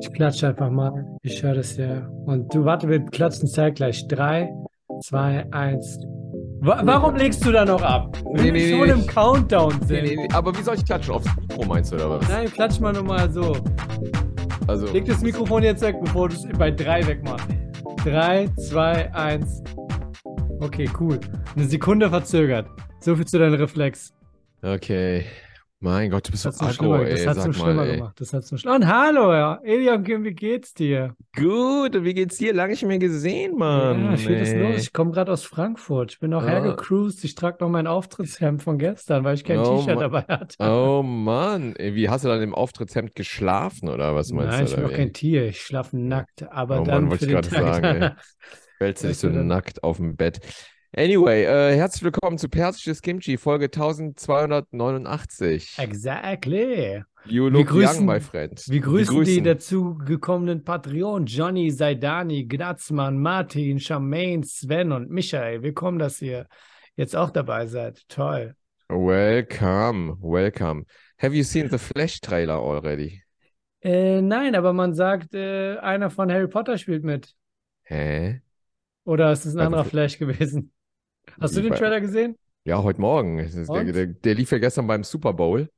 Ich klatsche einfach mal. Ich höre das ja. Und du, warte, wir klatschen zeitgleich. Drei, zwei, eins. Wa warum legst du da noch ab? Wenn Nee, wir nee, schon nee, im ich- Countdown Nee, sind. nee, nee, aber wie soll ich klatschen? Aufs Mikro meinst du oder was? Nein, klatsch mal nochmal so. Also, Leg das Mikrofon jetzt weg, bevor du es bei drei wegmachst. Drei, zwei, eins. Okay, cool. Eine Sekunde verzögert. So viel zu deinem Reflex. okay. Mein Gott, du bist so Das hat's noch aggro, schlimmer, ey. das hat's noch Sag schlimmer mal, ey. gemacht. Das hat's noch schlimmer. Und hallo, ja. Elian Kim, wie geht's dir? Gut, und wie geht's dir? Lange nicht mehr gesehen, Mann. ja, viel ist ey. los. Ich komme gerade aus Frankfurt. Ich bin auch Oh, Ja. hergecruised. Ich trage noch mein Auftrittshemd von gestern, weil ich kein Oh, T-Shirt Mann. dabei hatte. Oh Mann, ey, wie hast du dann im Auftrittshemd geschlafen oder was meinst Nein, du? ich bin oder auch wie? kein Tier. Ich schlafe nackt. Aber Oh Mann, dann wollte für ich den gerade Tag sagen, ey. danach. Wälzt du dich so Weißt du, dann- nackt auf dem Bett. Anyway, äh, herzlich willkommen zu Persisches Kimchi, Folge 1289. Exactly. You look grüßen- young, my friend. Wir grüßen, die grüßen. dazu gekommenen Patreon Johnny, Saidani, Glatzmann, Martin, Charmaine, Sven und Michael. Willkommen, dass ihr jetzt auch dabei seid. Toll. Welcome, welcome. Have you seen the Flash trailer already? Äh, nein, aber man sagt, äh, einer von Harry Potter spielt mit. Hä? Oder ist es ein Also anderer für- Flash gewesen? Hast du Ich den weiß- Trailer gesehen? Ja, heute Morgen. Es ist- Der, Und? der, der lief ja gestern beim Super Bowl.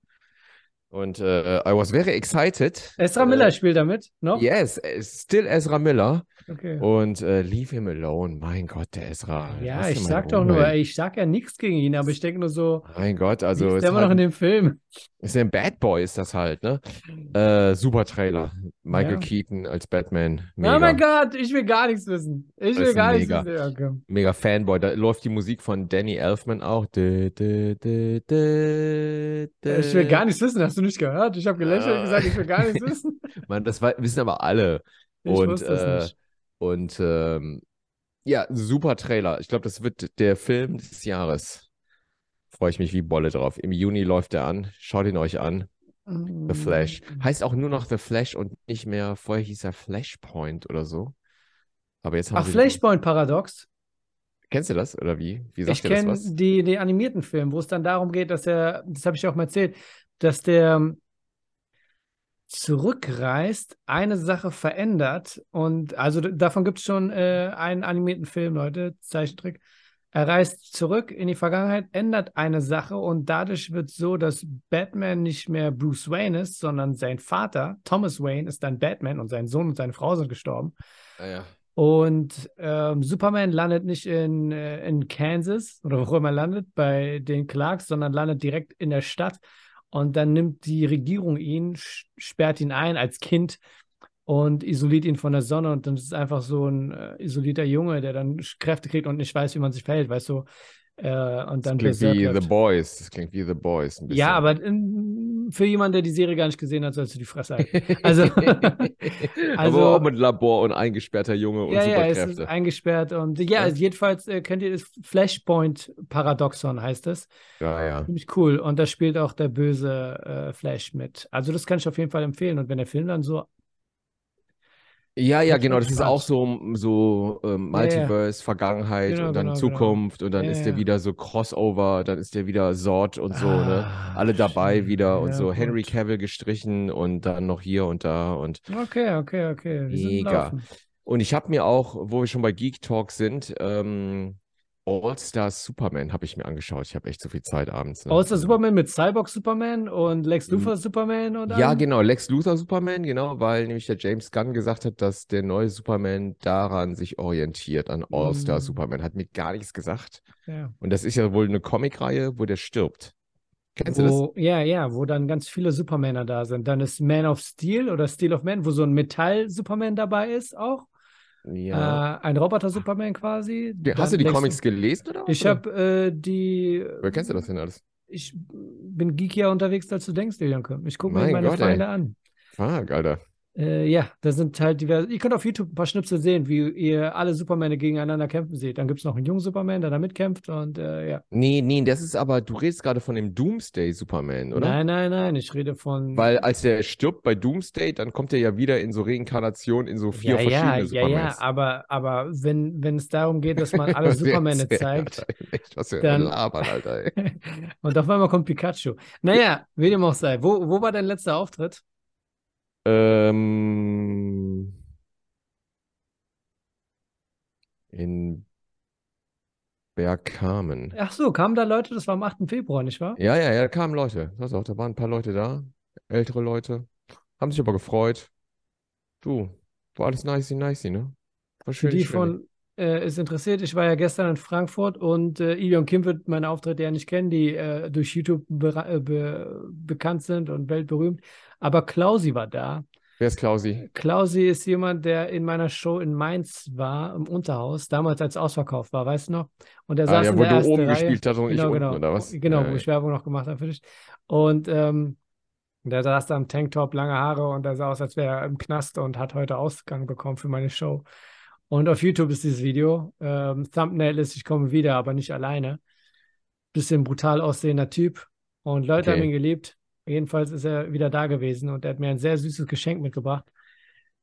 Und äh, I was very excited. Ezra Miller spielt damit noch? Yes, äh, still Ezra Miller. Okay. Und äh, Leave Him Alone. Mein Gott, der Ezra. ja, Lass ihn ich mal sag in doch nur, Ruhe. ey, ich sag ja nichts gegen ihn, aber ich denke nur so, Mein Gott, also also ist ist, der immer halt, noch in dem Film? ist ein Bad Boy, ist das halt, ne? Äh, super Trailer. Michael Ja. Keaton als Batman. Oh mein Mega, Gott, ich will gar nichts wissen. Ich Das will ist gar mega. nichts wissen. Ja, Okay. mega Fanboy. Da läuft die Musik von Danny Elfman auch. Dö, dö, dö, dö, dö. Ich will gar nichts wissen, hast du nicht gehört? Ich habe gelächelt Äh. und gesagt, ich will gar nichts wissen. Man, das wei- wissen aber alle. Ich Und, wusste es nicht. Und ähm, ja, super Trailer. Ich glaube, das wird der Film des Jahres. Freue ich mich wie Bolle drauf. Im Juni läuft er an. Schaut ihn euch an. äh, The Flash. Mm. Heißt auch nur noch The Flash und nicht mehr, vorher hieß er Flashpoint oder so. Aber jetzt haben Ach, sie- Flashpoint Paradox. Kennst du das oder wie? Wie sagt Ich dir das kenne was? die, die animierten Filme, wo es dann darum geht, dass er, das habe ich auch mal erzählt, dass der ähm, zurückreist, eine Sache verändert und also d- davon gibt es schon äh, einen animierten Film, Leute, Zeichentrick. Er reist zurück in die Vergangenheit, ändert eine Sache und dadurch wird so, dass Batman nicht mehr Bruce Wayne ist, sondern sein Vater, Thomas Wayne, ist dann Batman und sein Sohn und seine Frau sind gestorben. Ah, ja. Und ähm, Superman landet nicht in, äh, in Kansas oder wo immer er landet, bei den Clarks, sondern landet direkt in der Stadt. Und dann nimmt die Regierung ihn, sch- sperrt ihn ein als Kind und isoliert ihn von der Sonne. Und dann ist es einfach so ein äh, isolierter Junge, der dann Sch- Kräfte kriegt und nicht weiß, wie man sich verhält, weißt du? Äh, und dann Klingt berserk wie läuft. The Boys. Das klingt wie The Boys. Ein bisschen. Ja, aber ähm, für jemanden, der die Serie gar nicht gesehen hat, sollst du die Fresse halten. also- also- aber auch mit Labor und eingesperrter Junge und ja, ja, es ist Superkräfte. eingesperrt und ja, Ja. also jedenfalls äh, könnt ihr das Flashpoint Paradoxon heißt es. Ja, ja. Ziemlich cool und da spielt auch der böse äh, Flash mit. Also das kann ich auf jeden Fall empfehlen und wenn der Film dann so Ja, ja, Macht genau. schon Das ist Spaß. auch so, so ähm, Ja, ja. Multiverse, Vergangenheit Genau, und dann genau, genau. Zukunft und dann Ja, ist der ja. wieder so Crossover, dann ist der wieder Sort und so, ne? Ah, Alle dabei stimmt. wieder und Ja, so gut. Henry Cavill gestrichen und dann noch hier und da und Okay, okay, okay. Wir sind Mega. laufen. und ich habe mir auch, wo wir schon bei Geek Talk sind, ähm, All Stars Superman habe ich mir angeschaut. Ich habe echt so viel Zeit abends. Ne? Außer Superman mit Cyborg Superman und Lex Mhm. Luthor Superman und Ja, allem? genau, Lex Luthor Superman, genau, weil nämlich der James Gunn gesagt hat, dass der neue Superman daran sich orientiert, an All Star Mm. Superman. Hat mir gar nichts gesagt. Ja. Und das ist ja wohl eine Comicreihe, wo der stirbt. Kennst du das? Wo, ja, ja, wo dann ganz viele Supermänner da sind. Dann ist Man of Steel oder Steel of Man, wo so ein Metall-Superman dabei ist auch. Ja. Äh, ein Roboter-Superman quasi. Dann Hast du die Lex- Comics gelesen oder? was, Ich oder? habe äh, die. Woher kennst du das denn alles? Ich bin geekier unterwegs, als du denkst, Janke. Ich gucke mir Mein meine Gott, ey. Freunde an. Fuck, Alter. Äh, ja, da sind halt diverse. Ihr könnt auf YouTube ein paar Schnipsel sehen, wie ihr alle Supermänner gegeneinander kämpfen seht. Dann gibt es noch einen jungen Superman, der da mitkämpft und äh, ja. Nee, nee, das ist aber, du redest gerade von dem Doomsday Superman, oder? Nein, nein, nein, ich rede von. Weil als der stirbt bei Doomsday, dann kommt er ja wieder in so Reinkarnation in so vier ja, verschiedene ja, ja, Supermans. ja, aber, aber wenn, wenn es darum geht, dass man alle Was wir Supermänner erzählen, zeigt, Alter, echt, was wir dann- labern, Alter. Ey. Und auf einmal kommt Pikachu. Naja, wie dem auch sei. Wo, wo war dein letzter Auftritt? Ähm, Ja, kamen. Ach so, kamen da Leute, das war am 8. Februar, nicht wahr? Ja, ja, ja, da kamen Leute. Pass auf, da waren ein paar Leute da, ältere Leute. Haben sich aber gefreut. Du, war alles nicey, nicey, ne? Für War schön. die schön. von äh, ist interessiert, ich war ja gestern in Frankfurt und äh, Ilion Kim wird meine Auftritte ja nicht kennen, die äh, durch YouTube bera- äh, be bekannt sind und weltberühmt. Aber Klausi war da. Wer ist Klausi? Klausi ist jemand, der in meiner Show in Mainz war, im Unterhaus, damals als Ausverkauf war, weißt du noch? Und der Ah, saß der, in wo der du ersten oben Reihe. gespielt hast und ich unten, oder was? Genau, Ja, wo ja. ich Werbung noch gemacht habe für dich. Und ähm, der saß da im Tanktop, lange Haare und der sah aus, als wäre er im Knast und hat heute Ausgang bekommen für meine Show. Und auf YouTube ist dieses Video. Ähm, Thumbnail ist, ich komme wieder, aber nicht alleine. Bisschen brutal aussehender Typ. Und Leute Okay. haben ihn geliebt. Jedenfalls ist er wieder da gewesen und er hat mir ein sehr süßes Geschenk mitgebracht.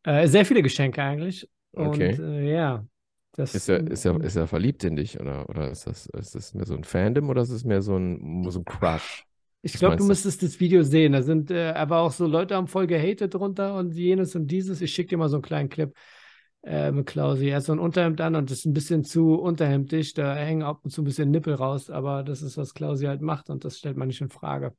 Äh, sehr viele Geschenke eigentlich. Und Okay. äh, ja, das Ist er, ist, er, ist er verliebt in dich oder, oder ist, das, ist das mehr so ein Fandom oder ist es mehr so ein, so ein Crush? Ich Was glaube, du meinst du? müsstest das Video sehen. Da sind äh, aber auch so Leute haben voll gehatet drunter und jenes und dieses. Ich schicke dir mal so einen kleinen Clip äh, mit Klausi. Er hat so ein Unterhemd an und das ist ein bisschen zu unterhemdig. Da hängen ab und zu ein bisschen Nippel raus, aber das ist, was Klausi halt macht und das stellt man nicht in Frage.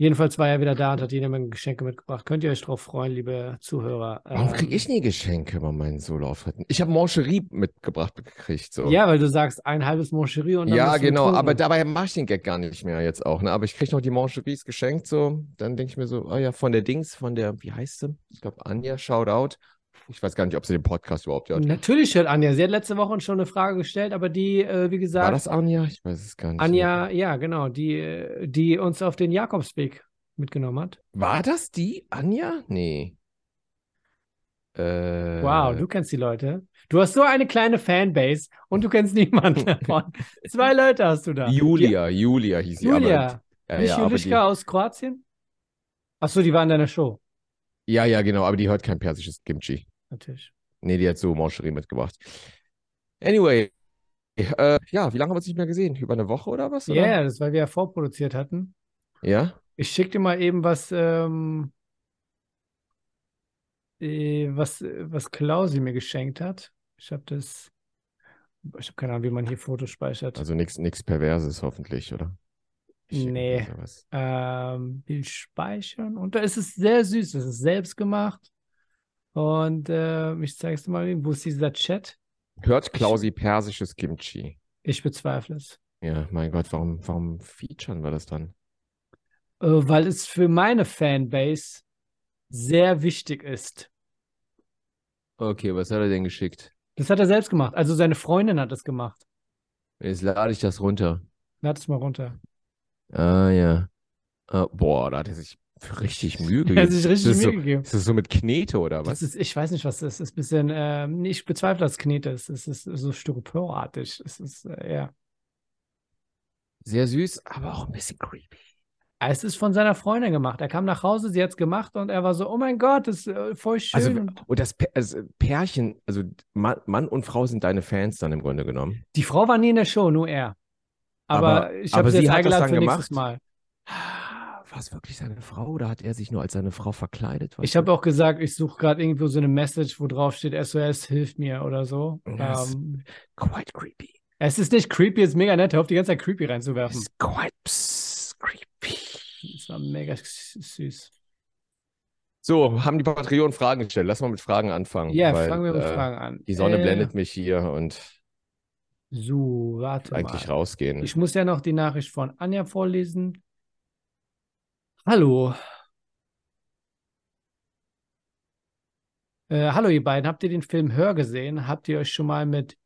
Jedenfalls war er wieder da und hat jeder Menge Geschenke mitgebracht. Könnt ihr euch drauf freuen, liebe Zuhörer. Warum Ähm, kriege ich nie Geschenke bei meinen Solo-Auftritten? Ich habe Mancherie mitgebracht gekriegt. So. Ja, weil du sagst, ein halbes Moncherie und dann Ja, bist du genau, aber betrunken. dabei mache ich den Gag gar nicht mehr jetzt auch, ne? Aber ich kriege noch die Mancheries geschenkt, so. Dann denke ich mir so, ah ja, von der Dings, von der, wie heißt sie? Ich glaube, Anja, Shoutout. Ich weiß gar nicht, ob sie den Podcast überhaupt hört. Natürlich hört Anja. Sie hat letzte Woche schon eine Frage gestellt, aber die, äh, wie gesagt, War das Anja? Ich weiß es gar nicht. Anja, ja, genau, die, äh, die uns auf den Jakobsweg mitgenommen hat. War das die Anja? Nee. Äh, Wow, du kennst die Leute. Du hast so eine kleine Fanbase und du kennst niemanden davon. Zwei Leute hast du da. Julia, Julia hieß Die, sie. Julia, aber, äh, nicht ja, aber die, Juliska aus Kroatien? Achso, die war in deiner Show, ja, ja, genau, aber die hört kein persisches Kimchi. natürlich. Nee, die hat so Mancherie mitgebracht. Anyway, äh, ja, wie lange haben wir uns nicht mehr gesehen? Über eine Woche oder was? Ja, Oder? yeah, das, weil wir ja vorproduziert hatten. Ja? Ich schick dir mal eben was, ähm, äh, was, äh, was Klausi mir geschenkt hat. Ich habe das, ich habe keine Ahnung, wie man hier Fotos speichert. Also nichts nix Perverses hoffentlich, oder? also Nee. irgendwie sowas. ähm, will speichern. Und da ist es sehr süß. Es ist selbst gemacht. Und äh, ich zeige es dir mal, eben. wo ist dieser Chat? Hört Klausi persisches Kimchi? Ich bezweifle es. Ja, mein Gott, warum, warum featuren wir das dann? Äh, weil es für meine Fanbase sehr wichtig ist. Okay, was hat er denn geschickt? Das hat er selbst gemacht. Also seine Freundin hat das gemacht. Jetzt lade ich das runter. Lad es mal runter. Ah, ja. Ah, boah, da hat er sich richtig Mühe Er hat gegeben. sich richtig ist Mühe so- gegeben. Ist das so mit Knete oder was? Das ist, ich weiß nicht, was das ist. ist ein bisschen, ähm, ich bezweifle, dass es Knete ist. Es ist so styroporartig. Es ist, äh, ja. Sehr süß, aber auch ein bisschen creepy. Es ist von seiner Freundin gemacht. Er kam nach Hause, sie hat es gemacht und er war so, oh mein Gott, das ist äh, voll schön. Also, und und das Pä- also Pärchen, also Mann, Mann und Frau sind deine Fans dann im Grunde genommen. Die Frau war nie in der Show, nur er. Aber, Aber- ich aber habe sie sie jetzt hat das eingeladen dann für nächstes gemacht? Mal. Ah, War es wirklich seine Frau oder hat er sich nur als seine Frau verkleidet? Ich habe auch gesagt, ich suche gerade irgendwo so eine Message, wo drauf steht, SOS, hilf mir oder so. Ja, es- Ähm, quite creepy. es ist nicht creepy, es ist mega nett. Hör auf, die ganze Zeit creepy reinzuwerfen. It's quite ps- creepy. Das war mega süß. So, haben die Patrioten Fragen gestellt. Lass mal mit Fragen anfangen. Ja, weil, fangen wir mit äh, Fragen an. Die Sonne Äh, blendet mich hier und So, warte mal. eigentlich rausgehen. Ich muss ja noch die Nachricht von Anja vorlesen. Hallo. Äh, hallo ihr beiden, habt ihr den Film Hör gesehen? Habt ihr euch schon mal mit...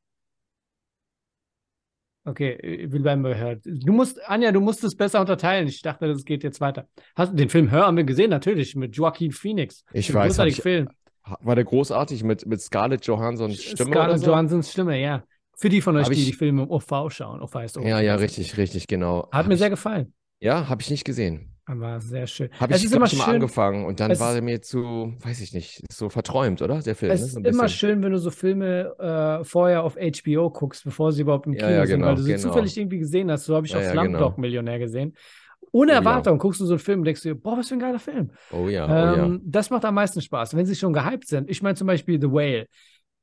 Okay, ich will beim Hör. Du musst, Anja, du musst es besser unterteilen. Ich dachte, das geht jetzt weiter. Hast du den Film Hör haben wir gesehen? Natürlich, mit Joaquin Phoenix. Ich Ein weiß, großartiger hab ich- Film. War der großartig mit, mit Scarlett Johanssons Stimme? oder Scarlett so? Johansons Stimme, ja. Für die von euch, Hab die ich- die Filme im OV schauen. OV heißt Ja, ja, OV. richtig, richtig, genau. Hat Hab mir ich, sehr gefallen. Ja, habe ich nicht gesehen. War sehr schön. Habe Es ich, ist glaub immer ich, mal schön- angefangen und dann es war ist- er mir zu, weiß ich nicht, so verträumt, oder? Der Film. Es ne? ist so ein immer bisschen. schön, wenn du so Filme äh, vorher auf HBO guckst, bevor sie überhaupt im Ja, Kino ja, sind, weil genau, du sie genau. zufällig irgendwie gesehen hast. So habe ich Ja, auch ja, Slumdog genau. Millionär gesehen. Ohne Oh ja. Erwartung guckst du so einen Film und denkst dir, boah, was für ein geiler Film. Oh ja, oh ja. Ähm, das macht am meisten Spaß, wenn sie schon gehypt sind. Ich meine zum Beispiel The Whale.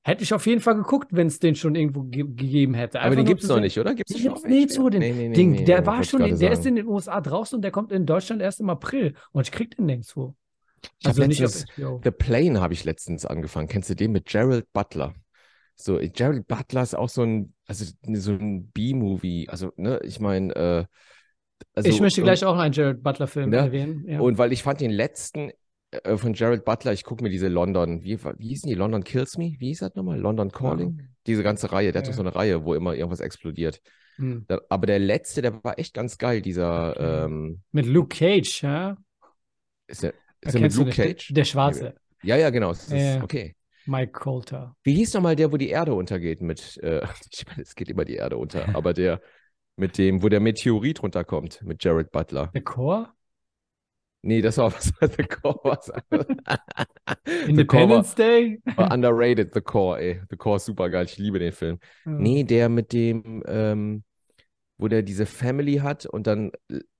Hätte ich auf jeden Fall geguckt, wenn es den schon irgendwo ge gegeben hätte. Aber nur, den gibt es zu noch sehen- nicht, oder? Gibt's Den den schon gibt's auf nicht HBO? so. Den, Nee, nee, den, nee, der nee, war wollte ich schon, gerade in, der ist sagen. in den USA draußen und der kommt in Deutschland erst im April. Und ich krieg den nirgendwo. Ich hab Also nicht auf letztens- HBO. The Plane habe ich letztens angefangen. Kennst du den mit Gerald Butler? So, äh, Gerald Butler ist auch so ein, also so ein B-Movie. Also, ne, ich meine, äh, also, ich möchte und- gleich auch einen Jared Butler-Film Ne? erwähnen. Ja. Und weil ich fand den letzten äh, von Gerald Butler, ich gucke mir diese London, wie, wie hießen die? London Kills Me? Wie hieß das nochmal? London Calling? Diese ganze Reihe, der hat Ja. doch so eine Reihe, wo immer irgendwas explodiert. Hm. Da, aber der letzte, der war echt ganz geil, dieser, Okay. ähm, Mit Luke Cage, ja? ist der, ist der mit Erkennst du Luke nicht? Cage? Der, der Schwarze, Ja, ja, genau. Das ist, Ja. Okay. Mike Coulter. Wie hieß nochmal der, wo die Erde untergeht mit, äh, ich meine, es geht immer die Erde unter, aber der mit dem, wo der Meteorit runterkommt, mit Jared Butler. The Core? Nee, das war was, The Core was anderes. The Core war, Independence Day? war underrated, The Core, ey. The Core ist super geil, ich liebe den Film. Mhm. Hm. Nee, der mit dem, ähm, wo der diese Family hat und dann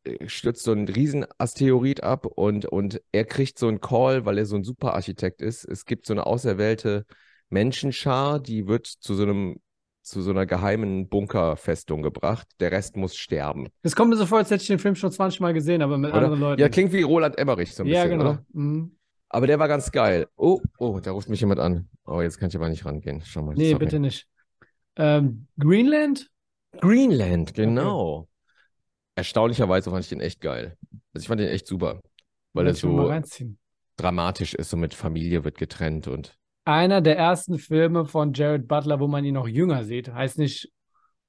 äh, stürzt so ein Riesenasteroid ab und, und er kriegt so einen Call, weil er so ein Superarchitekt ist. Es gibt so eine auserwählte Menschenschar, die wird zu so einem, zu so einer geheimen Bunkerfestung gebracht. Der Rest muss sterben. Es kommt mir so vor, als hätte ich den Film schon 20 Mal gesehen, aber mit Oder? anderen Leuten. Ja, klingt wie Roland Emmerich so ein Ja, bisschen, genau. oder? Mhm. Aber der war ganz geil. Oh, oh, da ruft mich jemand an. Oh, jetzt kann ich aber nicht rangehen. Schau mal. Nee, sorry. bitte nicht. Ähm, Greenland? Greenland, genau. Erstaunlicherweise fand ich den echt geil. Also ich fand den echt super, weil er Muss ich mir mal so reinziehen. dramatisch ist, so mit Familie wird getrennt und Einer der ersten Filme von Jared Butler, wo man ihn noch jünger sieht. Heißt nicht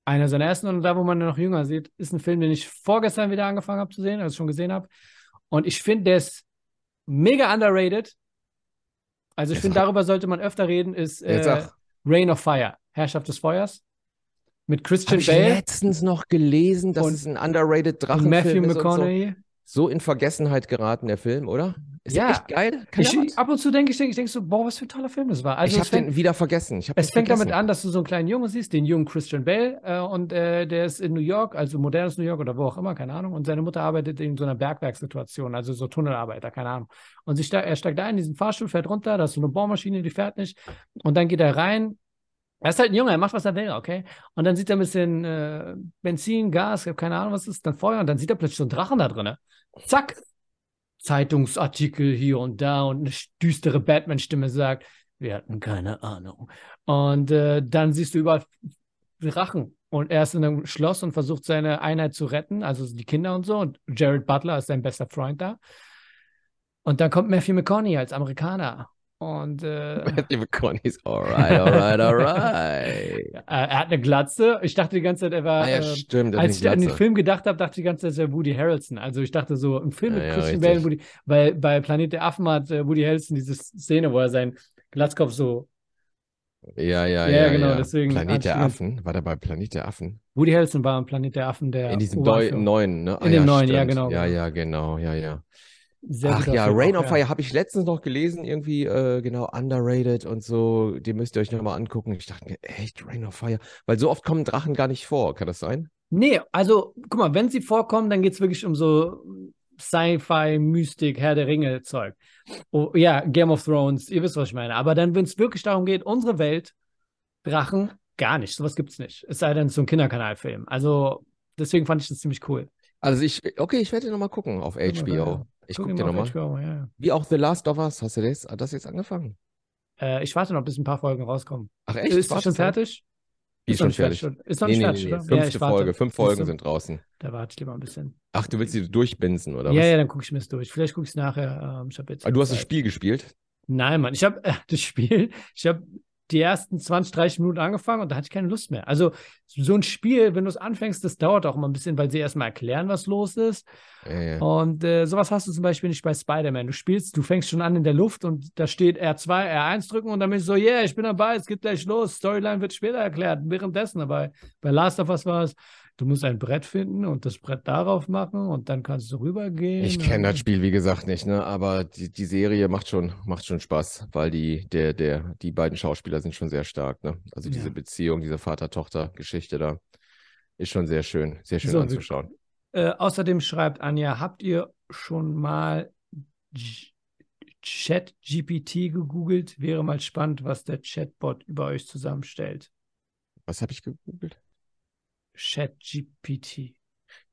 einer seiner ersten, sondern da, wo man ihn noch jünger sieht, ist ein Film, den ich vorgestern wieder angefangen habe zu sehen, also schon gesehen habe. Und ich finde, der ist mega underrated. Also ich Jetzt finde, sag- darüber sollte man öfter reden, ist jetzt äh, sag, Rain of Fire, Herrschaft des Feuers. Mit hab Christian ich Bale letztens noch gelesen, dass Und- es ein underrated und Drachenfilm Matthew ist und so. McConaughey. so in Vergessenheit geraten der Film, oder? Ist Ja. der echt geil? Kann der Ich, was? ab und zu denke ich, ich denke so, boah, was für ein toller Film das war. Also ich es habe fängt, den wieder vergessen. Ich hab es den fängt damit vergessen. an, dass du so einen kleinen Jungen siehst, den jungen Christian Bale, äh, und äh, der ist in New York, also modernes New York oder wo auch immer, keine Ahnung. Und seine Mutter arbeitet in so einer Bergwerkssituation, also so Tunnelarbeiter, keine Ahnung. Und sie ste er steigt ein, in diesen Fahrstuhl, fährt runter, da ist so eine Bohrmaschine, die fährt nicht. Und dann geht er rein. Er ist halt ein Junge, er macht, was er will, okay? Und dann sieht er ein bisschen äh, Benzin, Gas, ich hab keine Ahnung, was ist, dann Feuer und dann sieht er plötzlich so einen Drachen da drinne. Zack! Zeitungsartikel hier und da und eine düstere Batman-Stimme sagt, wir hatten keine Ahnung. Und äh, dann siehst du überall Drachen. Und er ist in einem Schloss und versucht seine Einheit zu retten, also die Kinder und so. Und Jared Butler ist sein bester Freund da. Und dann kommt Matthew McConaughey als Amerikaner. Und äh, Matthew McConaughey ist alright, alright, alright. er, er hat eine Glatze. Ich dachte die ganze Zeit, er war. ah ja, äh, stimmt. das als ist ich an eine den Glatze. Film gedacht habe, dachte ich die ganze Zeit, es wäre Woody Harrelson. Also ich dachte so, ein Film mit Ja, ja, Christian richtig. Bale und Woody, weil bei Planet der Affen hat äh, Woody Harrelson diese Szene, wo er seinen Glatzkopf so, Ja, Ja, ja, ja. genau, deswegen Planet hatte ich der mir- Affen, war der bei Planet der Affen? Woody Harrelson war im Planet der Affen, der In diesem Deu U-Bahn-Film. neuen, ne? Ah, Oh, In dem ja, neuen, ja, stimmt. genau, Ja, genau. ja, genau, ja, ja. Sehr Ach guter ja, Film Rain auch, of Fire habe ich letztens noch gelesen, irgendwie, äh, genau, underrated und so. Den müsst ihr euch nochmal angucken. Ich dachte mir, echt, Rain of Fire? Weil so oft kommen Drachen gar nicht vor, kann das sein? Nee, also guck mal, wenn sie vorkommen, dann geht es wirklich um so Sci-Fi, Mystik, Herr der Ringe Zeug. Oh, ja, Game of Thrones, ihr wisst, was ich meine. Aber dann, wenn es wirklich darum geht, unsere Welt, Drachen, gar nicht. Sowas gibt's nicht. Es sei denn, es ist so ein Kinderkanalfilm. Also deswegen fand ich das ziemlich cool. Also ich, okay, ich werde den nochmal gucken auf Guck mal, HBO. ja. Ich Guck gucke ihn den auf nochmal. HBO, ja. Wie auch The Last of Us, hast du das, hat das jetzt angefangen? Äh, ich warte noch, bis ein paar Folgen rauskommen. Ach echt? Ist es Wartest schon du? fertig? Wie noch schon nicht fertig? schon. Ist noch Nee, nicht nee, nee, fertig, nee. oder? Fünfte Ja, ich warte. Folge, fünf Siehst Folgen du? sind draußen. Da warte ich lieber ein bisschen. Ach, du willst die durchbinsen, oder ja, was? ja, dann gucke ich mir das durch. Vielleicht gucke ich es nachher. Ähm, ich hab jetzt Ah, Du hast das Zeit. Spiel gespielt? Nein, Mann, ich habe äh, das Spiel, ich habe die ersten 20, 30 Minuten angefangen und da hatte ich keine Lust mehr. Also so ein Spiel, wenn du es anfängst, das dauert auch immer ein bisschen, weil sie erstmal erklären, was los ist. Ja, ja. Und äh, sowas hast du zum Beispiel nicht bei Spider-Man. Du spielst, du fängst schon an in der Luft und da steht R2, R1 drücken und dann bin ich so, yeah, ich bin dabei, es geht gleich los. Storyline wird später erklärt, währenddessen dabei. Bei Last of Us war es, du musst ein Brett finden und das Brett darauf machen und dann kannst du rübergehen. Ich kenne das Spiel, wie gesagt, nicht, ne? Aber die, die Serie macht schon, macht schon Spaß, weil die, der, der, die beiden Schauspieler sind schon sehr stark, ne? Also diese Ja. Beziehung, diese Vater-Tochter-Geschichte da ist schon sehr schön, sehr schön So, wir- anzuschauen. Äh, außerdem schreibt Anja, habt ihr schon mal J- Chat-GPT gegoogelt. Wäre mal spannend, was der Chatbot über euch zusammenstellt. Was habe ich gegoogelt? Chat-GPT.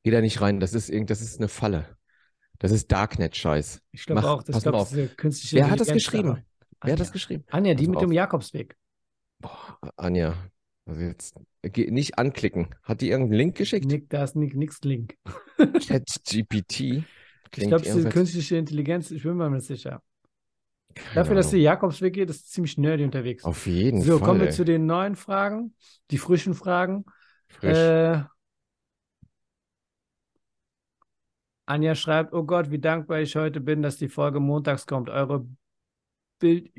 Geh da nicht rein, das ist irgend, das ist eine Falle. Das ist Darknet-Scheiß. Ich glaube Mach- auch, das pass mal glaub, auf. diese künstliche Wer hat das Intelligenz geschrieben? dabei. Wer hat das Anja. geschrieben? Anja, die Pass mit auf. dem Jakobsweg. Boah, Anja, also jetzt geh, nicht anklicken. Hat die irgendeinen Link geschickt? Nick, da ist nichts Link. ChatGPT. Ich Klingt glaube, es ist irgendwas- künstliche Intelligenz, ich bin mir nicht sicher. keine Dafür, dass Ahnung. die Jakobsweg geht, ist ziemlich nerdy unterwegs. Auf jeden So, Fall. kommen wir ey. zu den neuen Fragen, die frischen Fragen. Frisch. Äh, Anja schreibt, oh Gott, wie dankbar ich heute bin, dass die Folge montags kommt. Eure Bild,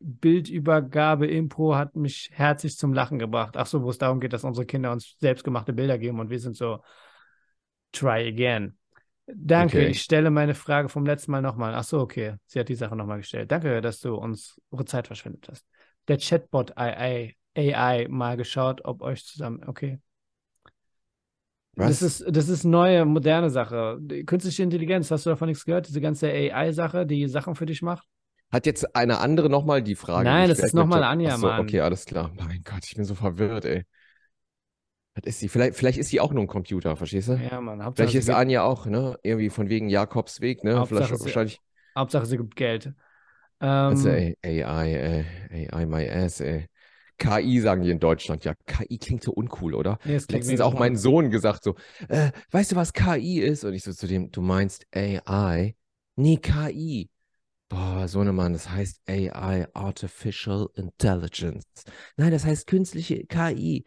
Bildübergabe Impro hat mich herzlich zum Lachen gebracht. Ach so, wo es darum geht, dass unsere Kinder uns selbstgemachte Bilder geben und wir sind so try again. Danke, Okay. ich stelle meine Frage vom letzten Mal nochmal. Ach so, okay. Sie hat die Sache nochmal gestellt. Danke, dass du uns eure Zeit verschwendet hast. Der Chatbot AI, AI mal geschaut, ob euch zusammen. Okay. Was? Das ist, das ist neue, moderne Sache. Die Künstliche Intelligenz, hast du davon nichts gehört? Diese ganze AI-Sache, die Sachen für dich macht? Hat jetzt eine andere nochmal die Frage? Nein, das gestellt? ist nochmal Ach Anja, so, Mann. Okay, alles klar. Mein Gott, ich bin so verwirrt, ey. Was ist sie? Vielleicht, vielleicht ist sie auch nur ein Computer, verstehst du? Ja, Mann. Hauptsache, Vielleicht sie ist gibt, Anja auch, ne? Irgendwie von wegen Jakobs Weg, ne? Hauptsache, vielleicht sie- wahrscheinlich. Hauptsache, sie gibt Geld. Also, Ähm, ey, AI, ey, AI, my ass, ey. KI sagen die in Deutschland. Ja, KI klingt so uncool, oder? nee, es um klingt Letztens mega auch mein cool. Sohn gesagt so, äh, weißt du, was KI ist? Und ich so zu dem, du meinst AI? Nee, KI. Boah, Sohnemann, das heißt AI, Artificial Intelligence. Nein, das heißt künstliche KI.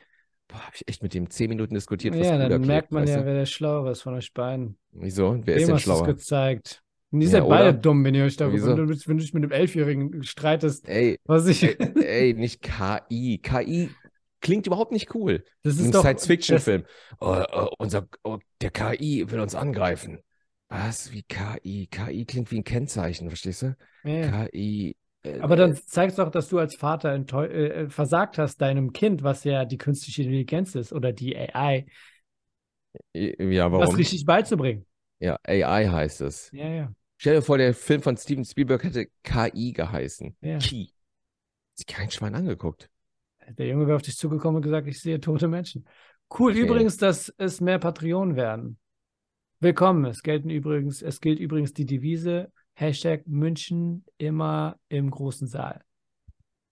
Boah, hab ich echt mit dem zehn Minuten diskutiert, was Ja, cool dann erklärt, merkt man weißt ja, du? wer der Schlauere ist von euch beiden. Wieso? Wer ist Dem denn hast du es schlauer? gezeigt. Und ihr Ja, seid beide oder? dumm, wenn ihr euch darüber, Wieso? wenn du, wenn du dich mit einem Elfjährigen streitest, Ey, was ich, ey, ey, nicht KI. KI klingt überhaupt nicht cool. das Ein ist doch, Science-Fiction-Film. Oh, oh, unser, oh, der KI will uns angreifen. Was? Wie KI? KI klingt wie ein Kennzeichen, verstehst du? das- ja. KI. äh, Aber dann zeigst doch, dass du als Vater enttäu- äh, versagt hast deinem Kind, was ja die künstliche Intelligenz ist oder die AI, äh, Ja, was warum? richtig beizubringen. Ja, AI heißt es. Ja, ja, Stell dir vor, der Film von Steven Spielberg hätte KI geheißen. ja. Ki. Hat sich kein Schwein angeguckt. Der Junge wäre auf dich zugekommen und gesagt, ich sehe tote Menschen. Cool Okay. übrigens, dass es mehr Patreonen werden. Willkommen. Es gelten übrigens, es gilt übrigens die Devise Hashtag München immer im großen Saal.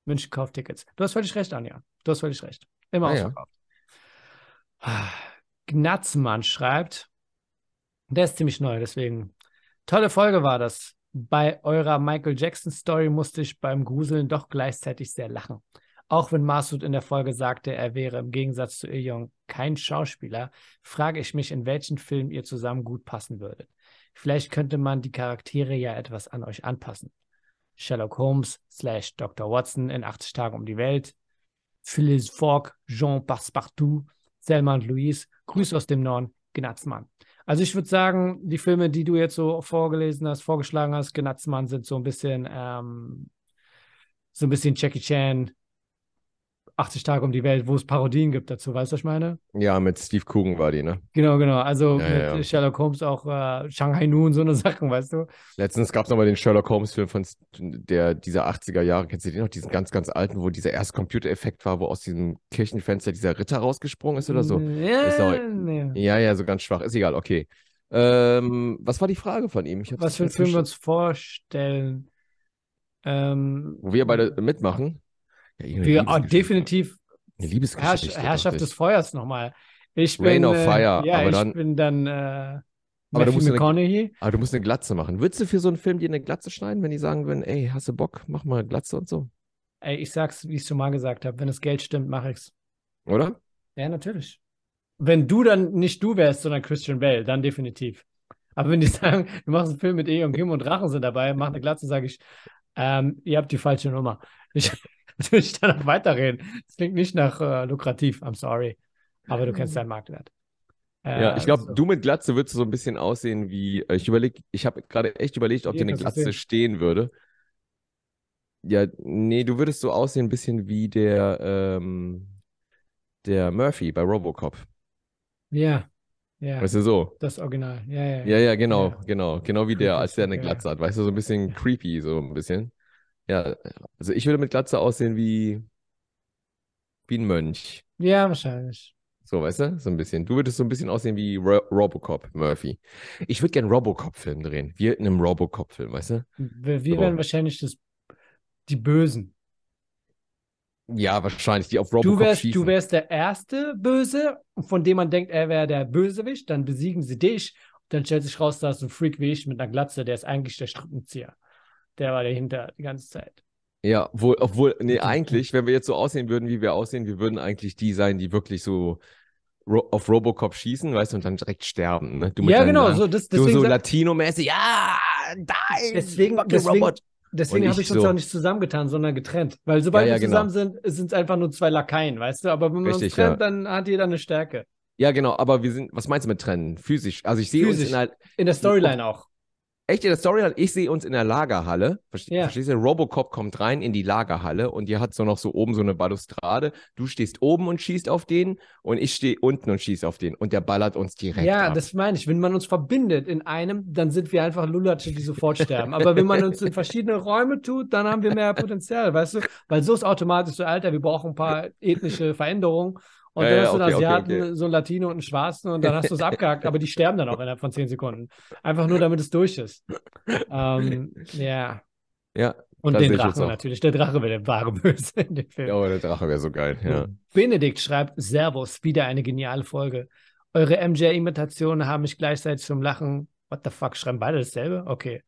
München kauft Tickets. Du hast völlig recht, Anja. Du hast völlig recht. Immer Ah, ja. ausverkauft. Gnatzmann schreibt, der ist ziemlich neu, deswegen. Tolle Folge war das. Bei eurer Michael Jackson Story musste ich beim Gruseln doch gleichzeitig sehr lachen. Auch wenn Masud in der Folge sagte, er wäre im Gegensatz zu Ilyong kein Schauspieler, frage ich mich, in welchen Film ihr zusammen gut passen würdet. Vielleicht könnte man die Charaktere ja etwas an euch anpassen. Sherlock Holmes slash Dr. Watson in 80 Tagen um die Welt, Phyllis Fogg, Jean Passepartout, Selma und Louise, Grüß aus dem Norden, Gnatzmann. Also ich würde sagen, die Filme, die du jetzt so vorgelesen hast, vorgeschlagen hast, Gnatzmann sind so ein bisschen ähm, so ein bisschen Jackie Chan, 80 Tage um die Welt, wo es Parodien gibt dazu, weißt du, was ich meine? Ja, mit Steve Coogan war die, ne? Genau, genau. Also Ja, mit ja, ja. Sherlock Holmes auch äh, Shanghai Noon, so eine Sachen, weißt du? Letztens gab es nochmal den Sherlock Holmes-Film von S- der, dieser 80er Jahre. Kennst du den noch? Diesen ganz, ganz alten, wo dieser erste Computereffekt war, wo aus diesem Kirchenfenster dieser Ritter rausgesprungen ist oder so. Ja, Ist auch- nee. Ja, ja, so ganz schwach. Ist egal, okay. Ähm, was war die Frage von ihm? Ich hab's Was für einen nicht Film wir verstanden. uns vorstellen. Ähm, Wo wir beide mitmachen? Ja, irgendeine wir, ah, Liebesgeschichte. definitiv Eine Herrsch Liebesgeschichte. Herrschaft dachte ich. des Feuers nochmal. Ich bin, Rain of äh, Fire, ja, aber ich dann- bin dann äh, Aber du Matthew musst eine- McConaughey. Aber Ah, du musst eine Glatze machen. Würdest du für so einen Film dir eine Glatze schneiden, wenn die sagen würden, ey, hast du Bock, mach mal Glatze und so? Ey, ich sag's, wie ich schon mal gesagt habe, wenn das Geld stimmt, mache ich's. Oder? Ja, natürlich. Wenn du dann nicht du wärst, sondern Christian Bale, dann definitiv. Aber wenn die sagen, du machst einen Film mit E und Kim und Drachen sind dabei, mach eine Glatze, sage ich, ähm, ihr habt die falsche Nummer. Ich will ich da noch weiterreden. Das klingt nicht nach äh, lukrativ, I'm sorry. Aber du kennst deinen Marktwert. Äh, Ja, ich glaube, so. du mit Glatze würdest so ein bisschen aussehen wie. äh, Ich überleg, ich habe gerade echt überlegt, ob Hier dir eine kannst du's Glatze sehen. stehen würde. Ja, nee, du würdest so aussehen, ein bisschen wie der, ähm, der Murphy bei Robocop. Ja, Ja, Weißt du, so. das Original. Ja, ja. Ja, ja, genau, Ja. genau. Genau wie der, Creepy, als der eine ja. Glatze hat. Weißt du, so ein bisschen creepy, so ein bisschen. Ja, also ich würde mit Glatze aussehen wie, wie ein Mönch. ja wahrscheinlich. So, weißt du? So ein bisschen. Du würdest so ein bisschen aussehen wie Ro Robocop, Murphy. Ich würde gern Robocop-Film drehen. Wir in einem Robocop-Film, weißt du? Wir, wir So. wären wahrscheinlich das, die Bösen. Ja, wahrscheinlich, die auf Robocop Du wärst, schießen. du wärst der erste Böse, von dem man denkt, er wäre der Bösewicht, dann besiegen sie dich. Dann stellt sich raus, da ist ein Freak wie ich mit einer Glatze, der ist eigentlich der Strippenzieher. Der war dahinter die ganze Zeit. Ja, wohl, obwohl, nee, eigentlich, wenn wir jetzt so aussehen würden, wie wir aussehen, wir würden eigentlich die sein, die wirklich so ro auf Robocop schießen, weißt du, und dann direkt sterben, ne? Du mit ja, deinem genau, Namen. so, das, Du deswegen, so sag- Latino-mäßig, ja, die, Deswegen- fucking deswegen- Robot. deswegen und habe ich ich uns so. auch nicht zusammengetan, sondern getrennt. Weil sobald Ja, ja, wir zusammen sind, sind es einfach nur zwei Lakaien, weißt du? Aber wenn man Richtig, uns trennt, dann hat jeder eine Stärke. Ja, genau, aber wir sind, was meinst du mit trennen? Physisch, also ich sehe uns Physisch. in einer, In der Storyline auch. echt in der Story, halt, ich sehe uns in der Lagerhalle, verste Ja. verstehst du? Robocop kommt rein in die Lagerhalle und die hat so noch so oben so eine Balustrade, du stehst oben und schießt auf den und ich stehe unten und schieß auf den und der ballert uns direkt Ja, ab. das meine ich. Wenn man uns verbindet in einem, dann sind wir einfach Lulatsche, die sofort sterben. Aber wenn man uns in verschiedene Räume tut, dann haben wir mehr Potenzial, weißt du? Weil so ist automatisch so, Alter, wir brauchen ein paar ethnische Veränderungen. Und Ja, dann ja, hast du einen okay, okay, Asiaten, okay. so einen Latino und einen Schwarzen und dann hast du es abgehakt, aber die sterben dann auch innerhalb von zehn Sekunden. Einfach nur, damit es durch ist. Ähm, ja. Ja, Und das den sehe ich jetzt Drachen auch. natürlich. Der Drache wäre der wahre Böse in dem Film. Ja, aber Oh, der Drache wäre so geil, ja. Benedikt schreibt, Servus, wieder eine geniale Folge. Eure MJ-Imitationen haben mich gleichzeitig zum Lachen. What the fuck, schreiben beide dasselbe? Okay.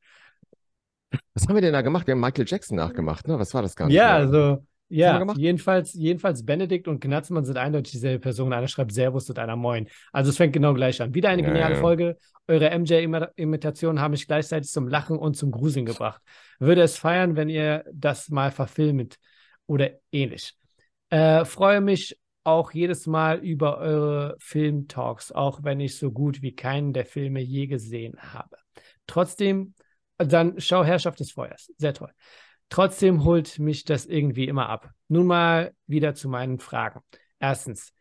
Was haben wir denn da gemacht? Wir haben Michael Jackson nachgemacht, ne? Was war das gar nicht? Ja, mehr? also, ja, haben wir gemacht? jedenfalls, jedenfalls Benedikt und Gnatzmann sind eindeutig dieselbe Person. Einer schreibt Servus und einer Moin. Also es fängt genau gleich an. Wieder eine Ja, geniale ja. Folge. Eure MJ-Imitationen haben mich gleichzeitig zum Lachen und zum Gruseln gebracht. Würde es feiern, wenn ihr das mal verfilmt oder ähnlich. Äh, freue mich auch jedes Mal über eure Filmtalks, auch wenn ich so gut wie keinen der Filme je gesehen habe. Trotzdem, dann schau Herrschaft des Feuers. Sehr toll. Trotzdem holt mich das irgendwie immer ab. Nun mal wieder zu meinen Fragen. Erstens,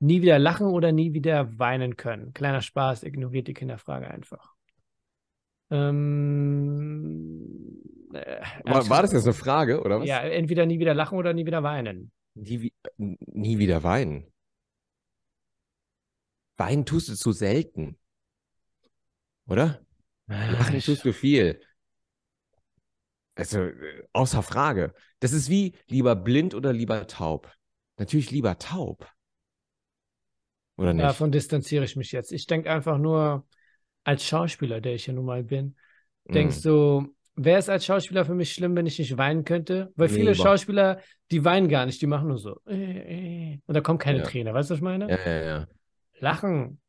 nie wieder lachen oder nie wieder weinen können. Kleiner Spaß, ignoriert die Kinderfrage einfach. Ähm, äh, War, war das jetzt eine Frage, oder was? Ja, entweder nie wieder lachen oder nie wieder weinen. Nie, wi- n- nie wieder weinen. Weinen tust du zu selten. Oder? Lachen tust du viel. Also, äh, außer Frage. Das ist wie lieber blind oder lieber taub. Natürlich lieber taub. Oder nicht? Davon distanziere ich mich jetzt. Ich denke einfach nur, als Schauspieler, der ich ja nun mal bin, Mm. denkst du, wäre es als Schauspieler für mich schlimm, wenn ich nicht weinen könnte? Weil Nee, viele überhaupt- Schauspieler, die weinen gar nicht, die machen nur so. äh, äh. Und da kommt keine Ja. Träne, weißt du, was ich meine? Ja, ja, ja. Lachen.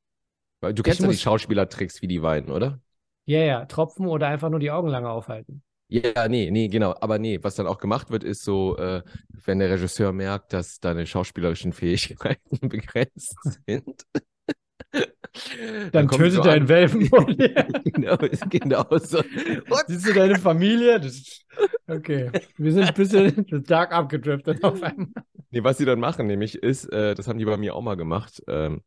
Weil Du kennst Ich ja die muss- Schauspielertricks, wie die weinen, oder? Ja, ja, Tropfen oder einfach nur die Augen lange aufhalten. Ja, nee, nee, genau. Aber nee, was dann auch gemacht wird, ist so, äh, wenn der Regisseur merkt, dass deine schauspielerischen Fähigkeiten begrenzt sind. Dann, kommt tötet so er einen an. Welpen. Genau, genau so. Und Siehst du deine Familie? Das, okay, wir sind ein bisschen dark abgedriftet auf einmal. Nee, was sie dann machen, nämlich ist, äh, das haben die bei mir auch mal gemacht, ähm,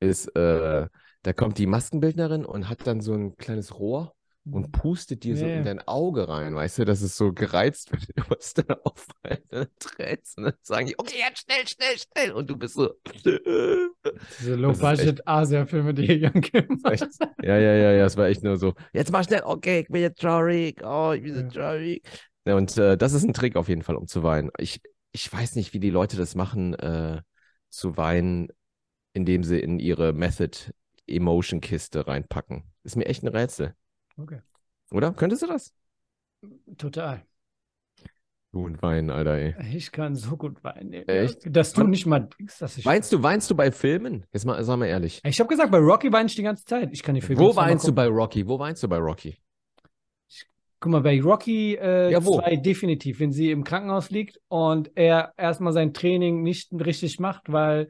ist, äh, da kommt die Maskenbildnerin und hat dann so ein kleines Rohr und pustet dir so Ja, ja. in dein Auge rein, weißt du, dass es so gereizt wird, was dann auffällt, dann trätst und dann sagen die, okay, jetzt schnell, schnell, schnell und du bist so. Diese ist echt- Low-Budget-Asia-Filme, die hier gemacht Echt? Ja, ja, ja, ja, es war echt nur so, jetzt mach schnell, okay, ich bin jetzt traurig, oh, ich bin so traurig. Ja, und äh, das ist ein Trick auf jeden Fall, um zu weinen. Ich, ich weiß nicht, wie die Leute das machen, äh, zu weinen, indem sie in ihre Method-Emotion-Kiste reinpacken. Ist mir echt ein Rätsel, Okay, oder? Könntest du das? total. Du und weinen, Alter, ey. Ich kann so gut weinen. ey. Echt? Dass du Wann- nicht mal denkst, dass ich. Weinst du, weinst du bei Filmen? Jetzt mal, sag mal ehrlich. Ich habe gesagt, bei Rocky weine ich die ganze Zeit. Ich kann die Filme Wo jetzt noch mal weinst du gucken. bei Rocky? Wo weinst du bei Rocky? Guck mal, bei Rocky äh, Ja, wo? 2 definitiv, wenn sie im Krankenhaus liegt und er erstmal sein Training nicht richtig macht, weil.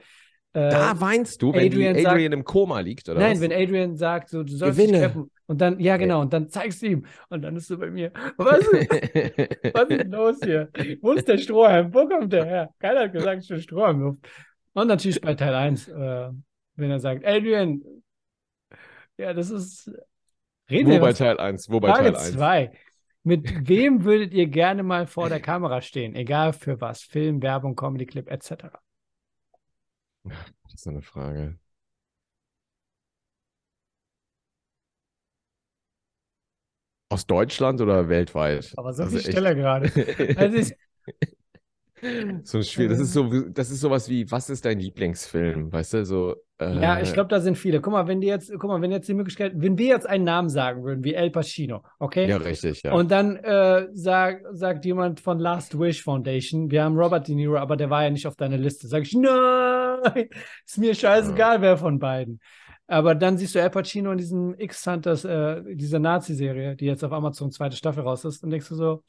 Äh, Da weinst du, wenn Adrian die sagt- Adrian im Koma liegt, oder nein, was? wenn Adrian sagt, so, du sollst dich Gewinne. treffen. Und dann, ja, genau, und dann zeigst du ihm. Und dann ist du bei mir. Was ist, was ist los hier? Wo ist der Strohhalm? Wo kommt der her? Keiner hat gesagt, ich bin Strohhalm. Und natürlich bei Teil 1, äh, wenn er sagt, Adrian, Ja, das ist. Reden Wo wir bei was? Teil 1? Wo bei Frage Teil 1? 2. Mit wem würdet ihr gerne mal vor der Kamera stehen? Egal für was. Film, Werbung, Comedy Clip etc. Das ist eine Frage. Aus Deutschland oder weltweit? Aber so Also viel echt. schneller gerade. Also ich, so ein Spiel. Das ist so, das ist sowas wie, was ist dein Lieblingsfilm? Weißt du, so. Äh, ja, ich glaube, da sind viele. Guck mal, wenn die jetzt, guck mal, wenn jetzt die Möglichkeit, wenn wir jetzt einen Namen sagen würden, wie El Pacino, okay? Ja, richtig, ja. Und dann äh, sag, sagt jemand von Last Wish Foundation, wir haben Robert De Niro, aber der war ja nicht auf deiner Liste. Sag ich, nein, ist mir Mhm. scheißegal, wer von beiden. Aber dann siehst du Al Pacino in diesem X-Hunters, äh, dieser Nazi-Serie, die jetzt auf Amazon zweite Staffel raus ist, und denkst du so,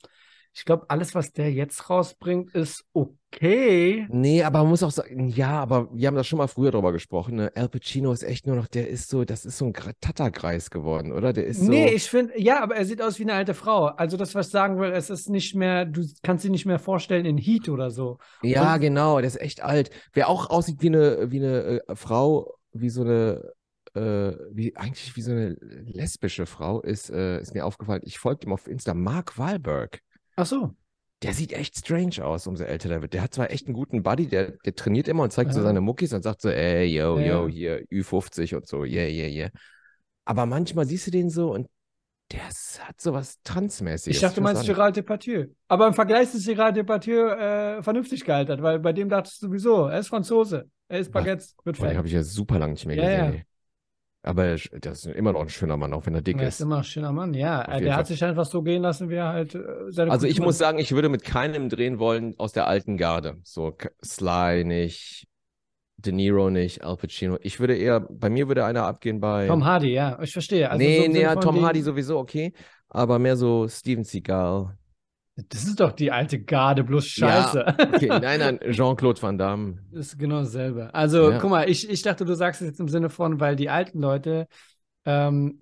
ich glaube, alles, was der jetzt rausbringt, ist okay. Nee, aber man muss auch sagen, ja, aber wir haben da schon mal früher drüber gesprochen. Ne? Al Pacino ist echt nur noch, der ist so, das ist so ein Gra- Tatterkreis geworden, oder? Der ist so. Nee, ich finde, ja, aber er sieht aus wie eine alte Frau. Also das, was ich sagen will, es ist nicht mehr, du kannst ihn nicht mehr vorstellen in Heat oder so. ja, und- genau, der ist echt alt. Wer auch aussieht wie eine, wie eine äh, Frau, wie so eine, äh, wie eigentlich wie so eine lesbische Frau, ist, äh, ist mir aufgefallen. Ich folgte ihm auf Insta, Mark Wahlberg. Ach so. Der sieht echt strange aus, umso älter er wird. Der hat zwar echt einen guten Buddy, der, der trainiert immer und zeigt so Ja. seine Muckis und sagt so, ey, yo, Ja. yo, hier, Ü50 und so, yeah, yeah, yeah. Aber manchmal siehst du den so und der s- hat so was Transmäßiges. Ich dachte, du meinst Gérald Depardieu. Aber im Vergleich ist Gérald Depardieu äh, vernünftig gealtert, weil bei dem dachtest du sowieso, er ist Franzose, er ist Was? Baguette, wird Boah, Oh, den fett. habe ich ja super lange nicht mehr Ja, ja. gesehen. ey. Aber er ist- das ist immer noch ein schöner Mann, auch wenn er dick Er ist ist. immer ein schöner Mann, ja. Auf Äh, jeden Der hat Fall. sich einfach so gehen lassen, wie er halt äh, seine Also ich Kultur- muss sagen, ich würde mit keinem drehen wollen aus der alten Garde. So K- Sly nicht, De Niro nicht, Al Pacino. Ich würde eher, bei mir würde einer abgehen bei... Tom Hardy, ja, ich verstehe. Also so nee, im nee, Sinne ja, von Tom die- Hardy sowieso okay, aber mehr so Steven Seagal. Das ist doch die alte Garde, bloß scheiße. Okay, nein, nein, Jean-Claude Van Damme. Das ist genau dasselbe. Also, Ja. guck mal, ich, ich dachte, du sagst es jetzt im Sinne von, weil die alten Leute, ähm,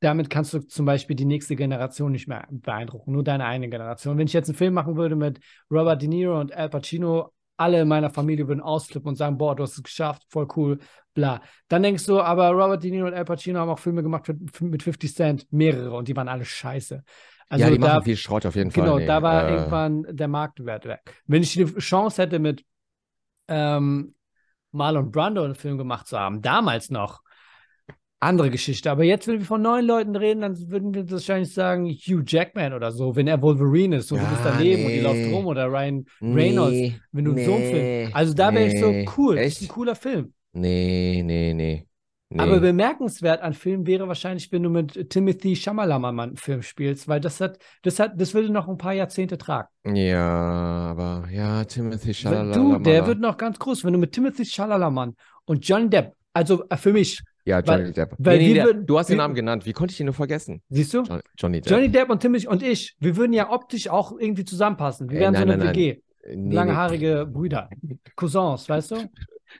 damit kannst du zum Beispiel die nächste Generation nicht mehr beeindrucken, nur deine eigene Generation. Wenn ich jetzt einen Film machen würde mit Robert De Niro und Al Pacino, alle in meiner Familie würden ausflippen und sagen, boah, du hast es geschafft, voll cool, bla. Dann denkst du, aber Robert De Niro und Al Pacino haben auch Filme gemacht mit, mit 50 Cent, mehrere, und die waren alle scheiße. Also ja, die da, machen viel Schrott auf jeden Genau, Fall. nee, da war äh, irgendwann der Marktwert weg. Wenn ich die Chance hätte, mit ähm, Marlon Brando einen Film gemacht zu haben, damals noch, andere Geschichte. Aber jetzt, wenn wir von neuen Leuten reden, dann würden wir wahrscheinlich sagen, Hugh Jackman oder so, wenn er Wolverine ist, so du Ja, bist daneben und die nee. läuft rum oder Ryan nee, Reynolds, wenn du so einen nee, Film. Also da wäre ich nee. so cool, das ist ein Echt? cooler Film. Nee, nee, nee. nee. Aber bemerkenswert an Filmen wäre wahrscheinlich, wenn du mit Timothy Shamalaman einen Film spielst, weil das hat, das hat, das würde noch ein paar Jahrzehnte tragen. ja, aber ja, Timothy Wenn- Chalamet. Du, der wird noch ganz groß, wenn du mit Timothy Schalalaman und Johnny Depp, also äh, für mich, Ja, Johnny weil- Depp. weil nee, wir nee, der, würden- du hast den wir- Namen genannt. Wie konnte ich ihn nur vergessen? siehst du? Jo- Johnny Depp. Johnny Depp und Timothy und ich, wir würden ja optisch auch irgendwie zusammenpassen. Wir Ey, wären so nein, eine nein, nein. WG, Nee, nee, langhaarige Brüder, Cousins, weißt du?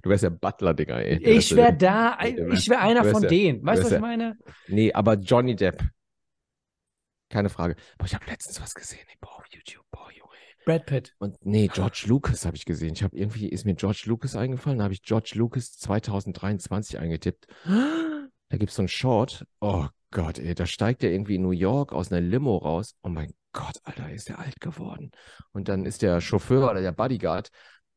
Du wärst der Butler, Digga, ey. Ich wäre da, du ich wäre einer du wärst von ja- denen. Weißt du, was ich wärst ja- meine? Nee, aber Johnny Depp. Keine Frage. Boah, ich habe letztens was gesehen. Ey, boah, auf YouTube. Boah, Junge. Brad Pitt. Und nee, George Lucas habe ich gesehen. Ich habe irgendwie, ist mir George Lucas eingefallen. Da habe ich George Lucas 2023 eingetippt. Da gibt's so einen Short. Oh Gott, ey, da steigt er irgendwie in New York aus einer Limo raus. Oh mein Gott, Alter, ist der alt geworden. Und dann ist der Chauffeur oder der Bodyguard,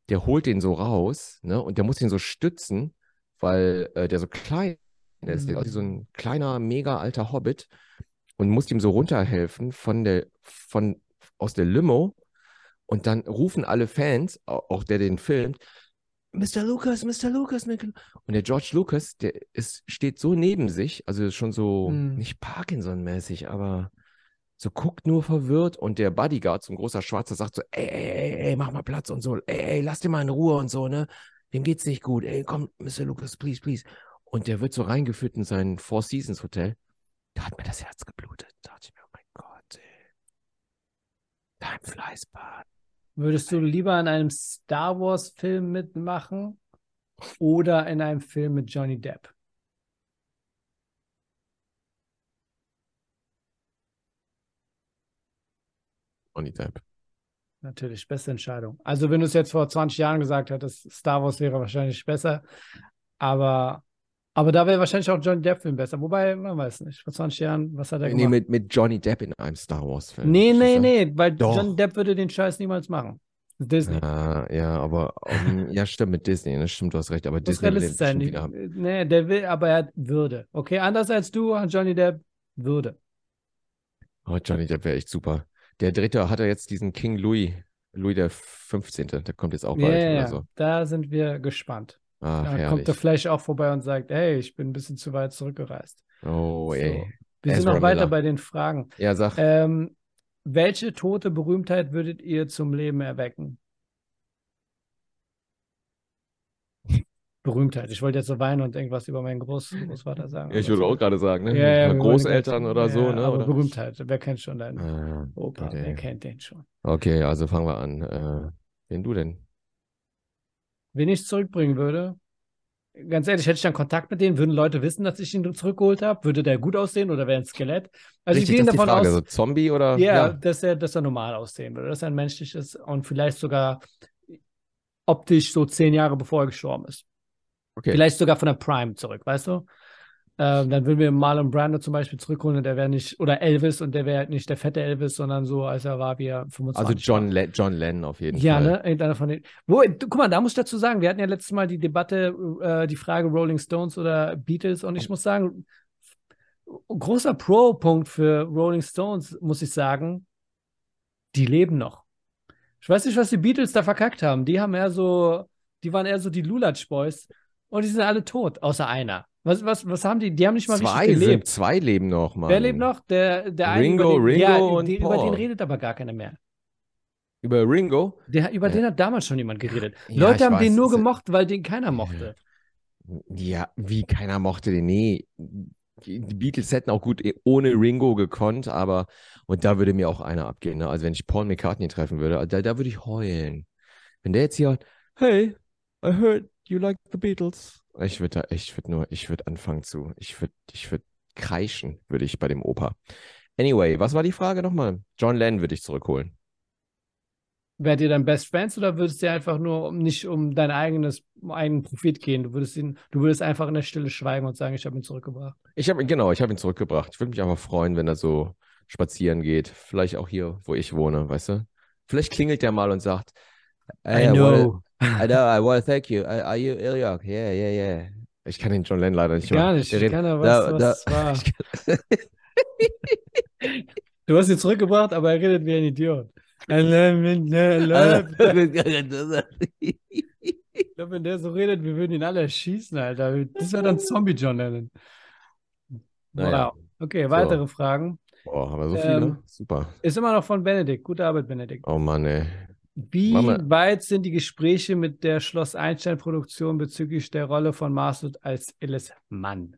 der holt den so raus, ne? Und der muss ihn so stützen, weil äh, der so klein ist. Der ist so ein kleiner, mega alter Hobbit und muss ihm so runterhelfen von der, von, aus der Limo. Und dann rufen alle Fans, au- auch der den filmt, Mr. Lucas, Mr. Lucas, Mr. Lu-" Und der George Lucas, der ist, steht so neben sich, also ist schon so, Hm. nicht Parkinson-mäßig, aber so guckt nur verwirrt und der Bodyguard, so ein großer Schwarzer, sagt so, ey, ey, ey, ey, mach mal Platz und so, ey, ey, lass den mal in Ruhe und so, ne? Dem geht's nicht gut, ey, komm, Mr. Lucas, please, please. Und der wird so reingeführt in sein Four Seasons Hotel. Da hat mir das Herz geblutet. Da dachte ich mir, oh mein Gott, ey. Time flies by. Würdest du lieber in einem Star Wars-Film mitmachen oder in einem Film mit Johnny Depp? Johnny Depp. Natürlich, beste Entscheidung. Also, wenn du es jetzt vor 20 Jahren gesagt hättest, Star Wars wäre wahrscheinlich besser, aber Aber da wäre wahrscheinlich auch Johnny Depp-Film besser. Wobei, man weiß nicht. Vor 20 Jahren, was hat er Nee, gemacht? Nee, mit, mit Johnny Depp in einem Star Wars-Film. nee, nee, Verstehst du? weil Doch. Johnny Depp würde den Scheiß niemals machen. Disney. Ja, ja, aber ähm, ja, stimmt mit Disney, das stimmt, du hast recht, aber Muss Disney will den realistisch sein. Die, bestimmt wieder haben. nee, der will, aber er hat Würde. Okay, anders als du, hat Johnny Depp Würde. Oh, Johnny Depp wäre echt super. Der dritte hat er jetzt diesen King Louis, Louis der 15. Der kommt jetzt auch Ja, bald ja, oder ja. so. da sind wir gespannt. Ah, Da herrlich. kommt der Flash auch vorbei und sagt, hey, ich bin ein bisschen zu weit zurückgereist. Oh, ey. So. Wir sind Ezra noch weiter Miller. bei den Fragen. Ja, sag, Ähm, welche tote Berühmtheit würdet ihr zum Leben erwecken? Berühmtheit. Ich wollte jetzt so weinen und irgendwas über meinen Groß Großvater sagen. ja, ich aber würde so. auch gerade sagen, ne? Ja, ja, Ein wir paar wollen Großeltern jetzt- oder ja, so, ne? Aber oder? Berühmtheit. Wer kennt schon deinen Ah, Opa? okay. Wer kennt den schon? Okay, also fangen wir an. Äh, wen du denn? Wenn ich zurückbringen würde, ganz ehrlich, hätte ich dann Kontakt mit denen, würden Leute wissen, dass ich ihn zurückgeholt habe? Würde der gut aussehen oder wäre ein Skelett? Also Richtig, ich gehe das ist die davon Frage. aus, Also Zombie oder? Ja, Dass, er, dass er normal aussehen würde, dass er ein menschliches und vielleicht sogar optisch so zehn Jahre bevor er gestorben ist. Okay. Vielleicht sogar von der Prime zurück, weißt du? Ähm, dann würden wir Marlon Brando zum Beispiel zurückholen und der wäre nicht, oder Elvis und der wäre halt nicht der fette Elvis, sondern so, als er war, wie er 25 Also war. John, Le John Lennon auf jeden Ja, Fall. ne? Irgendeiner von den. Wo, du, guck mal, da muss ich dazu sagen, wir hatten ja letztes Mal die Debatte, äh, die Frage Rolling Stones oder Beatles und ich muss sagen, großer Pro-Punkt für Rolling Stones, muss ich sagen, die leben noch. Ich weiß nicht, was die Beatles da verkackt haben. Die haben eher so, die waren eher so die Lulatsch Boys und die sind alle tot, außer einer. Was, was, was haben die? Die haben nicht mal Zwei richtig sind, gelebt. zwei leben noch, Mann. Wer lebt noch? Der, der eine Ringo, über den, ja, Ringo und die, über den Paul. redet aber gar keiner mehr. Über Ringo? Der, über Ja. den hat damals schon jemand geredet. Ja, Leute ich haben den weiß, nur es- gemocht, weil den keiner mochte. Ja, wie keiner mochte den. Nee, die die Beatles hätten auch gut eh- ohne Ringo gekonnt, aber und da würde mir auch einer abgehen. Ne? Also wenn ich Paul McCartney treffen würde, da, da würde ich heulen. Wenn der jetzt hier, hey, I heard you like the Beatles. Ich würde da, ich würde nur, ich würde anfangen zu, ich würde, ich würde kreischen, würde ich bei dem Opa. Anyway, was war die Frage nochmal? John Lennon würde ich zurückholen. Wärt ihr dann Best Friends oder würdest du einfach nur um, nicht um dein eigenes um einen Profit gehen? Du würdest ihn, du würdest einfach in der Stille schweigen und sagen, ich habe ihn zurückgebracht. Ich habe genau, ich habe ihn zurückgebracht. Ich würde mich einfach freuen, wenn er so spazieren geht. Vielleicht auch hier, wo ich wohne, weißt du? Vielleicht klingelt der mal und sagt, "Hey, I wanna- I know, I wanna thank you. Are are you Ilya? Yeah, yeah, yeah. Ich kann den John Lennon leider nicht Gar machen. nicht. Der redet- Keiner weiß, da- was es war. Du hast ihn zurückgebracht, aber er redet wie ein Idiot. I love it, I love it. Ich glaube, wenn der so redet, wir würden ihn alle erschießen, Alter. Das wäre dann Zombie John Lennon. Naja. Wow. Okay, weitere Fragen. Boah, haben wir so viele? Ähm, Super. Ist immer noch von Benedikt. Gute Arbeit, Benedikt. Oh Mann, ey. Wie Mama. weit sind die Gespräche mit der Schloss Einstein-Produktion bezüglich der Rolle von Masud als Illes Mann?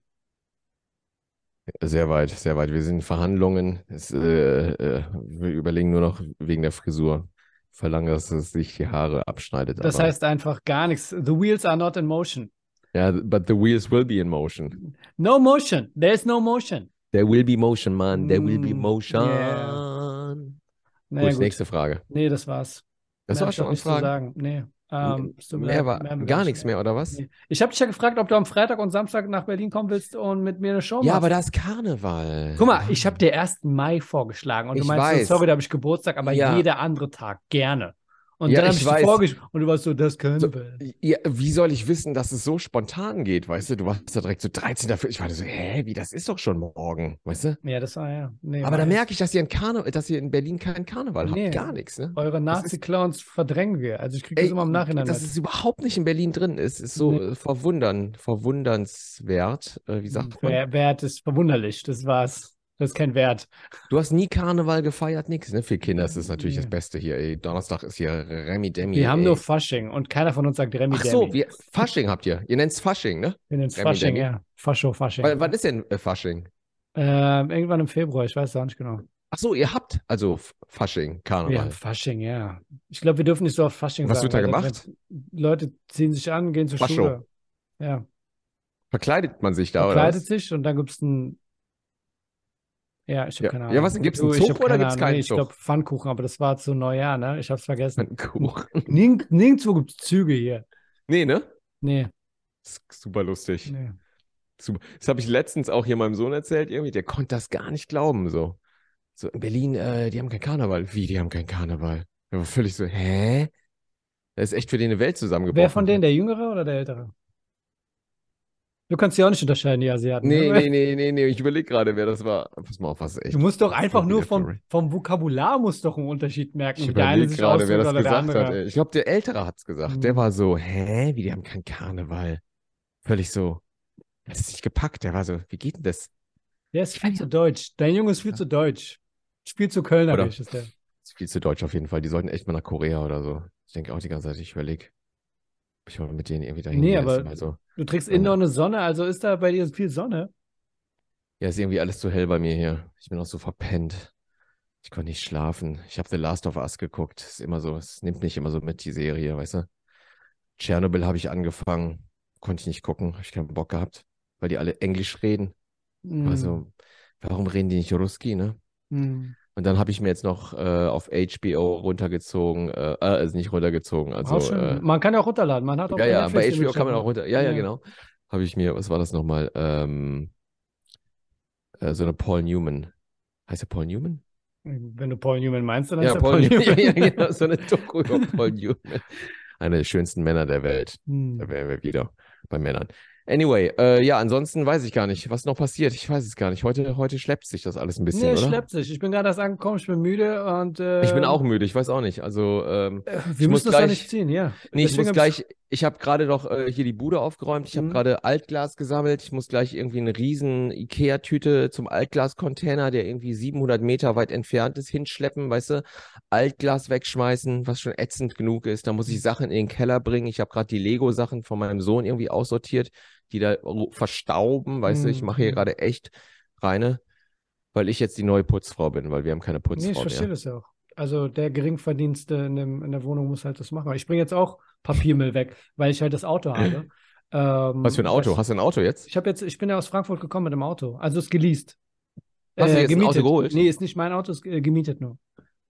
Sehr weit, sehr weit. Wir sind in Verhandlungen. Es, äh, äh, wir überlegen nur noch wegen der Frisur. Verlangen, dass es sich die Haare abschneidet. Das aber- heißt einfach gar nichts. The wheels are not in motion. Ja, but the wheels will be in motion. No motion. There is no motion. There will be motion, man. There will be Mm, motion. yeah. Gut, Naja, gut. nächste Frage. Nee, das war's. Das Mehr war hab ich schon auch an nicht zu Fragen. sagen. Nee. Ähm, es tut mir mehr leid, war mehr haben wir gar nichts mehr, oder was? Nee. Ich habe dich ja gefragt, ob du am Freitag und Samstag nach Berlin kommen willst und mit mir eine Show Ja, machst. aber das ist Karneval. Guck mal, ich habe dir 1. Mai vorgeschlagen und du Ich meinst, so, weiß. sorry, da habe ich Geburtstag, aber Ja. jeder andere Tag gerne. Und Ja, dann habe ich ich, weiß. dir vorgeschlagen und du warst so, das können So- wir. Ja, wie soll ich wissen, dass es so spontan geht, weißt du? Du warst da direkt so 13 dafür. Ich war da so, hä, wie, das ist doch schon morgen, weißt du? Ja, das war ja. Nee, Aber da Mai. merke ich, dass ihr in Karneval, dass ihr in Berlin keinen Karneval Nee. habt. Gar nichts, ne? Eure Das Nazi-Clowns verdrängen wir. Also ich kriege das immer im Nachhinein dass mit. es überhaupt nicht in Berlin drin ist, ist so Nee. äh, verwundern, verwundernswert. Äh, wie sagt man? Wer- Wert ist verwunderlich, das war's. Das ist kein Wert. Du hast nie Karneval gefeiert, nix, ne? Für Kinder ist das natürlich Nee. das Beste hier. Ey. Donnerstag ist hier Remi Demi. Wir haben ey. nur Fasching und keiner von uns sagt Remi Ach so, Demi. wir, Fasching habt ihr. Ihr nennt's Fasching, ne? Wir nennen es Remi Fasching, Demi. ja. genau. Fascho, Fasching. W wann ist denn äh, Fasching? Ähm, irgendwann im Februar, ich weiß es auch nicht genau. Ach so, ihr habt also F- Fasching, Wir haben Karneval. Fasching, ja. Ich glaube, wir dürfen nicht so oft Fasching Was sagen. wird da weil gemacht? dann- Leute ziehen sich an, gehen zur Fascho. Schule. Ja, Verkleidet man sich da verkleidet oder? sich und dann gibt es ein. Ja, ich habe Ja. keine Ja, Ahnung. was denn? Gibt's Du, einen ich Zug hab oder keine gibt's Ahnung. keinen Nee, ich Zug? glaube Pfannkuchen, aber das war zu Neujahr, ne? Ich hab's vergessen. Ein Kuchen. Nirgend, nirgendwo gibt es Züge hier. Nee, ne? Nee, Ist super lustig. nee. Super. Das habe ich letztens auch hier meinem Sohn erzählt, irgendwie, der konnte das gar nicht glauben. So, so in Berlin, äh, die haben keinen Karneval. Wie, die haben keinen Karneval? Er war völlig so, hä? Da ist echt für den eine Welt zusammengebrochen. Wer von denen, der Jüngere oder der Ältere? Du kannst ja auch nicht unterscheiden, die Asiaten. Nee, ne? nee, nee, nee, nee. Ich überlege gerade, wer das war. Pass mal auf, was ist echt. Du musst doch was einfach ist nur wieder vom, verrückt? vom Vokabular musst doch einen Unterschied merken. Ich ob der eine überlege sich gerade, wer ausdrückt das oder der gesagt hat. andere. ey. Ich glaube, der Ältere hat es gesagt. Der Mhm. war so, hä? Wie, die haben keinen Karneval. Völlig so. Hat es nicht gepackt. Der war so, wie geht denn das? Der ist Ich viel weiß zu deutsch. Dein Junge ist viel zu deutsch. Spielt zu Kölnerisch ist der. Ist viel zu deutsch auf jeden Fall. Die sollten echt mal nach Korea oder so. Ich denke auch die ganze Zeit, ich überlege, ob ich mal mit denen irgendwie dahin Nee, gehe. Ist aber- immer so. Du trägst Meine- Indoor eine Sonne, also ist da bei dir viel Sonne. Ja, ist irgendwie alles zu hell bei mir hier. Ich bin auch so verpennt. Ich konnte nicht schlafen. Ich habe The Last of Us geguckt. Ist immer so, es nimmt mich immer so mit, die Serie, weißt du? Tschernobyl habe ich angefangen. Konnte ich nicht gucken. Habe ich keinen Bock gehabt, weil die alle Englisch reden. Hm, Also, warum reden die nicht Ruski, ne? hm. Und dann habe ich mir jetzt noch äh, auf HBO runtergezogen, äh, äh, also nicht runtergezogen, also auch schön. äh, man kann ja auch runterladen. Man hat auch Ja, ja, bei Netflix HBO Image kann man auch davon. runter. Ja, ja, Ja. genau. Habe ich mir, was war das nochmal? Ähm, äh, so eine Paul Newman. Heißt er Paul Newman? Hm, Wenn du Paul Newman meinst, dann ja, ist er Paul Newman. Ja, ja, genau, so eine Doku über Paul Newman. Einer der schönsten Männer der Welt. Da Hm. wären wir wieder bei Männern. Anyway, äh, ja, ansonsten weiß ich gar nicht, was noch passiert. Ich weiß es gar nicht. Heute, heute schleppt sich das alles ein bisschen, Nee, oder? schleppt sich. Ich bin gerade erst angekommen, ich bin müde und. Äh, Ich bin auch müde, ich weiß auch nicht. Also, ähm, äh, Ich Wir muss müssen das ja gleich- nicht ziehen, ja. Nee, ich Deswegen muss hab gleich, ich habe gerade noch äh, hier die Bude aufgeräumt, ich habe Mhm. gerade Altglas gesammelt, ich muss gleich irgendwie eine riesen Ikea-Tüte zum Altglas-Container, der irgendwie 700 Meter weit entfernt ist, hinschleppen, weißt du, Altglas wegschmeißen, was schon ätzend genug ist, da muss Mhm. ich Sachen in den Keller bringen, ich habe gerade die Lego-Sachen von meinem Sohn irgendwie aussortiert, die da ru- verstauben, weißt du, ich mache hier Mhm. gerade echt reine, weil ich jetzt die neue Putzfrau bin, weil wir haben keine Nee, ich Putzfrau verstehe mehr. das ja auch. Also der Geringverdienste in, dem, in der Wohnung muss halt das machen. Ich bringe jetzt auch Papiermüll weg, weil ich halt das Auto habe. Ähm, Was für ein Auto? das- Hast du ein Auto jetzt? Ich habe jetzt, ich bin ja aus Frankfurt gekommen mit dem Auto. Also ist geleast. Hast du jetzt ein Auto gemietet. geholt? Nee, ist nicht mein Auto, ist äh, gemietet nur.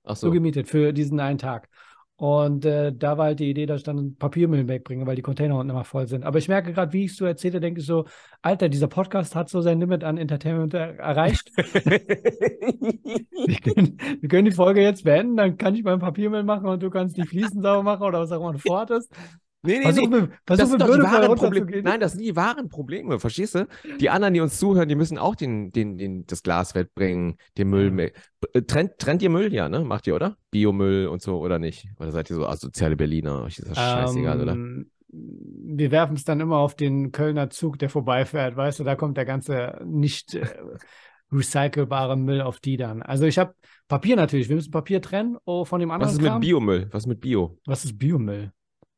Ach Nur so. gemietet für diesen einen Tag. Und äh, da war halt die Idee, dass ich dann Papiermüll wegbringe, weil die Container unten immer voll sind. Aber ich merke gerade, wie ich es so erzähle, denke ich so, Alter, dieser Podcast hat so sein Limit an Entertainment er erreicht. Wir können, wir können die Folge jetzt beenden, dann kann ich mein Papiermüll machen und du kannst die Fliesen sauber machen oder was auch immer du vorhattest. Nee, nee, Versuch nee. mir, Das versuch sind mir doch die würdevoll wahren Probleme. runterzugehen. Nein, das sind die wahren Probleme, verstehst du? Die anderen, die uns zuhören, die müssen auch den, den, den, das Glas wegbringen, den Müll. Ja. me- Äh, Trennt, trennt ihr Müll ja, ne? Macht ihr, oder? Biomüll und so, oder nicht? Oder seid ihr so asoziale Berliner? Euch ist das scheißegal, oder? Ähm, wir werfen es dann immer auf den Kölner Zug, der vorbeifährt, weißt du, da kommt der ganze nicht äh, recycelbare Müll auf die dann. Also ich habe Papier natürlich, wir müssen Papier trennen oh, von dem anderen Was ist Kram. mit Biomüll? Was ist mit Bio? Was ist Biomüll?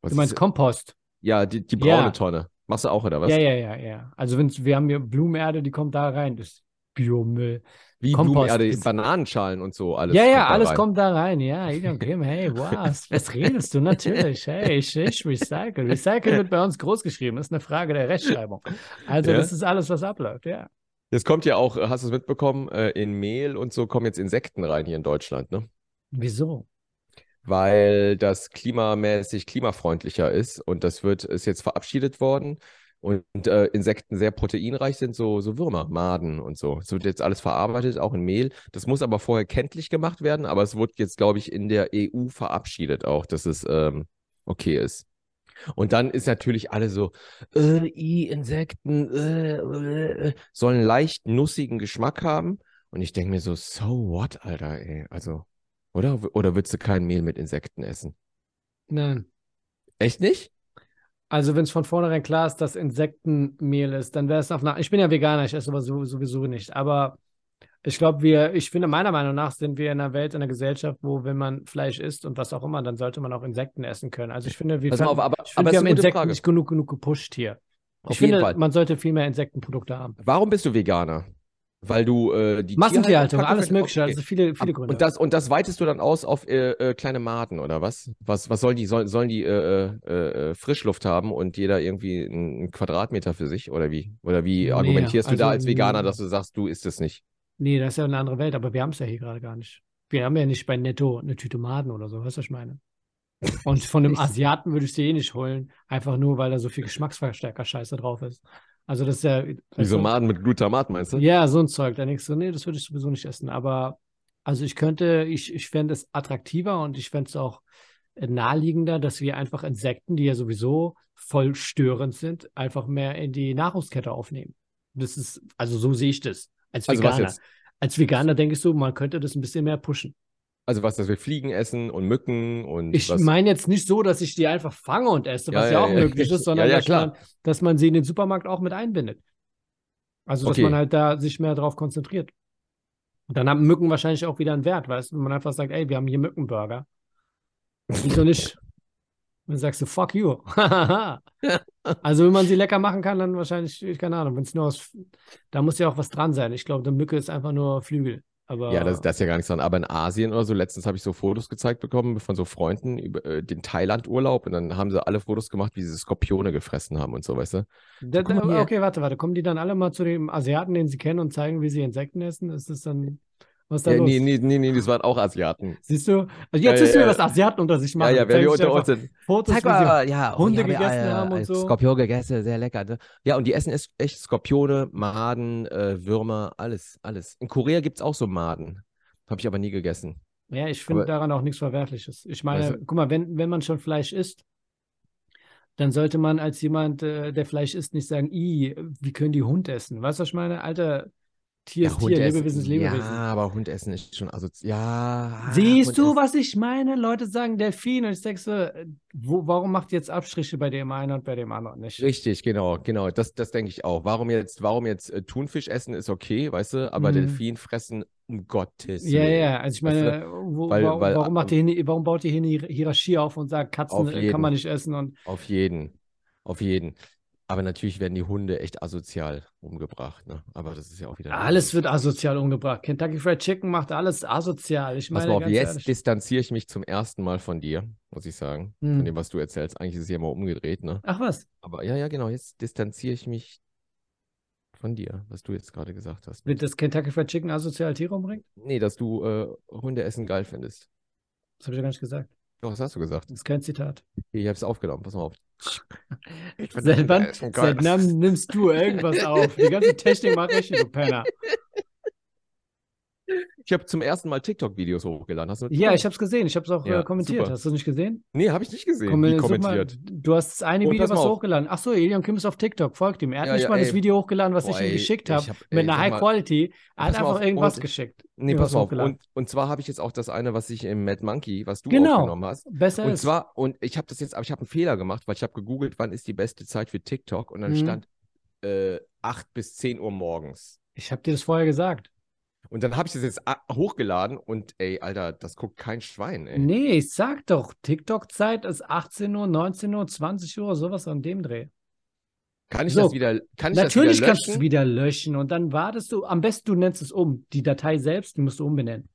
Was du meinst ist, Kompost? ja, die, die Ja. braune Tonne. Machst du auch, oder was? Ja, ja, ja, ja. Also wenn's, wir haben hier Blumenerde, die kommt da rein, das ist Biomüll. Wie Kompost. Blumenerde, Bananenschalen und so, alles. ja, ja, da alles rein. kommt da rein. Ja, Igor Grimm, hey, was, was redest du? Natürlich, hey, ich, ich recycle. Recycle wird bei uns großgeschrieben, ist eine Frage der Rechtschreibung. Also Ja. das ist alles, was abläuft, ja. Jetzt kommt ja auch, äh, hast du es mitbekommen, äh, in Mehl und so kommen jetzt Insekten rein hier in Deutschland, ne? Wieso? weil das klimamäßig klimafreundlicher ist und das wird ist jetzt verabschiedet worden und äh, Insekten sehr proteinreich sind, so, so Würmer, Maden und so. Es wird jetzt alles verarbeitet, auch in Mehl. Das muss aber vorher kenntlich gemacht werden, aber es wird jetzt, glaube ich, in der EU verabschiedet auch, dass es ähm, okay ist. Und dann ist natürlich alle so, äh, i, Insekten äh, äh, äh, sollen leicht nussigen Geschmack haben. Und ich denke mir so, so what, Alter, ey. Also, oder? Oder willst du kein Mehl mit Insekten essen? Nein. Echt nicht? Also wenn es von vornherein klar ist, dass Insektenmehl ist, dann wäre es auf nach. Ich bin ja Veganer, ich esse aber so- sowieso nicht. Aber ich glaube, wir, ich finde, meiner Meinung nach sind wir in einer Welt, in einer Gesellschaft, wo wenn man Fleisch isst und was auch immer, dann sollte man auch Insekten essen können. Also ich finde, wir, Pass mal fanden- auf, aber- ich finde, aber wir es ist haben eine gute Insekten Frage. nicht genug genug gepusht hier. Auf ich jeden finde, Fall. man sollte viel mehr Insektenprodukte haben. Warum bist du Veganer? Weil du äh, die Massentierhaltung, kacke alles findest? Mögliche, Okay. also viele, viele Ab- Gründe. Und das, und das weitest du dann aus auf äh, äh, kleine Maden, oder was? Was, was sollen die, sollen, sollen die äh, äh, äh, Frischluft haben und jeder irgendwie einen Quadratmeter für sich? Oder wie? Oder wie Nee, argumentierst du da also, als Veganer, mm. dass du sagst, du isst es nicht? nee, das ist ja eine andere Welt, aber wir haben es ja hier gerade gar nicht. Wir haben ja nicht bei Netto eine Tüte Maden oder so, weißt du, was ich meine? Und von einem Ich- Asiaten würde ich sie eh nicht holen, einfach nur, weil da so viel Geschmacksverstärker-Scheiße drauf ist. Also das ist ja. Diese Maden mit Glutamat, meinst du? Ja, so ein Zeug. Da denkst du, nee, das würde ich sowieso nicht essen. Aber also ich könnte, ich, ich fände es attraktiver und ich fände es auch äh, naheliegender, dass wir einfach Insekten, die ja sowieso voll störend sind, einfach mehr in die Nahrungskette aufnehmen. Das ist, also so sehe ich das. Als Also was Veganer. jetzt? als Veganer denkst du, man könnte das ein bisschen mehr pushen. Also was, dass wir Fliegen essen und Mücken und Ich was? meine jetzt nicht so, dass ich die einfach fange und esse, Ja, was ja, ja, auch ja. möglich ist, sondern Ja, ja, dass, klar. man, dass man sie in den Supermarkt auch mit einbindet. Also, dass Okay. man halt da sich mehr drauf konzentriert. Und dann haben Mücken wahrscheinlich auch wieder einen Wert, weißt du, wenn man einfach sagt, ey, wir haben hier Mückenburger. Wieso nicht? Dann sagst du, fuck you. also, wenn man sie lecker machen kann, dann wahrscheinlich, keine Ahnung, wenn es nur aus, da muss ja auch was dran sein. Ich glaube, eine Mücke ist einfach nur Flügel. Aber Ja, das, das ist ja gar nichts dran. Aber in Asien oder so, letztens habe ich so Fotos gezeigt bekommen von so Freunden über äh, den Thailand-Urlaub und dann haben sie alle Fotos gemacht, wie sie Skorpione gefressen haben und so, weißt du? Da, guck mal da, hier. okay, warte, warte. Kommen die dann alle mal zu dem Asiaten, den sie kennen und zeigen, wie sie Insekten essen? Ist das dann, was ist da Ja, los? nee, nee, nee, nee, das waren auch Asiaten. Siehst du? Also Ja, jetzt ja, wissen wir, ja. was Asiaten unter sich Ja, machen. ja, Die wenn zeigen wir sich unter einfach uns sind. Fotos, Zeig wie sie- mal, ja, Hunde hier haben wir, gegessen haben und äh, so. Skorpion gegessen, sehr lecker. Ne? Ja, und die essen es- echt Skorpione, Maden, äh, Würmer, alles, alles. In Korea gibt es auch so Maden. Habe ich aber nie gegessen. Ja, ich finde Aber- Also daran auch nichts Verwerfliches. Ich meine, Weißt guck mal, wenn, wenn man schon Fleisch isst, dann sollte man als jemand, äh, der Fleisch isst, nicht sagen, i, wie können die Hund essen? Weißt du, was ich meine? Alter, Tier ist Tier, Lebewesen ist Lebewesen. Ja, aber Hund essen ist schon asozial. Ja. ah, Siehst du, Hundessen. was ich meine? Leute sagen Delfin und ich denke so, äh, wo, warum macht ihr jetzt Abstriche bei dem einen und bei dem anderen nicht? Richtig, genau, genau. Das, das denke ich auch. Warum jetzt, warum jetzt äh, Thunfisch essen ist okay, weißt du, aber Mhm. Delfin fressen, um Gottes Ja, Willen. ja, also ich Weißt du, meine, wo, weil- warum, weil- äh, warum, macht ihr, hier- warum baut ihr hier eine Hierarchie auf und sagt, Katzen Auf äh, kann jeden. man nicht essen und Auf jeden. Auf jeden. Aber natürlich werden die Hunde echt asozial umgebracht, ne? Aber das ist ja auch wieder. alles wird asozial umgebracht. Kentucky Fried Chicken macht alles asozial. Ich Pass meine, mal auf, ganz jetzt ehrlich. distanziere ich mich zum ersten Mal von dir, muss ich sagen. Hm. Von dem, was du erzählst. Eigentlich ist es ja immer umgedreht, ne? Ach was, Aber ja, ja, genau. Jetzt distanziere ich mich von dir, was du jetzt gerade gesagt hast. wird das Kentucky Fried Chicken asozial Tiere umbringt? Nee, dass du äh, Hundeessen geil findest. Das habe ich ja gar nicht gesagt. Doch, das hast du gesagt. Das ist kein Zitat. Hier, Ich habe es aufgenommen. Pass mal auf. Ich finde Seit wann, Hundeessen geil. seit wann nimmst du irgendwas auf? Die ganze Technik macht richtig, du Penner. Ich habe zum ersten Mal TikTok-Videos hochgeladen. Hast du Ja, ich habe es gesehen. Ich habe es auch Ja, äh, kommentiert. super. Hast du nicht gesehen? Nee, habe ich nicht gesehen. Komm, Wie such mal, kommentiert? du hast das eine Oh, Video, pass was mal du auf. hochgeladen hast. Achso, Elion Kim ist auf TikTok. Folgt ihm. Er hat Ja, nicht ja, mal das ey. Video hochgeladen, was Boah, ich ihm ey, geschickt ich habe. hab- ey, Mit einer sag High mal- Quality. Er hat Pass mal einfach auf, irgendwas und- geschickt. Nee, Irgendwas pass mal auf. hochgeladen. Und, und zwar habe ich jetzt auch das eine, was ich im Mad Monkey, was du Genau. aufgenommen hast. Besser Und ist. zwar, und ich habe das jetzt, aber ich habe einen Fehler gemacht, weil ich habe gegoogelt, wann ist die beste Zeit für TikTok und dann Mhm. stand äh, 8 bis 10 Uhr morgens. ich habe dir das vorher gesagt. Und dann habe ich das jetzt a- hochgeladen und ey, Alter, das guckt kein Schwein, ey. Nee, ich sag doch, TikTok-Zeit ist 18 Uhr, 19 Uhr, 20 Uhr, sowas an dem Dreh. Kann ich So, das wieder, kann ich Natürlich das kannst du wieder es löschen? wieder löschen und dann wartest du. Am besten du nennst es um. Die Datei selbst, die musst du umbenennen.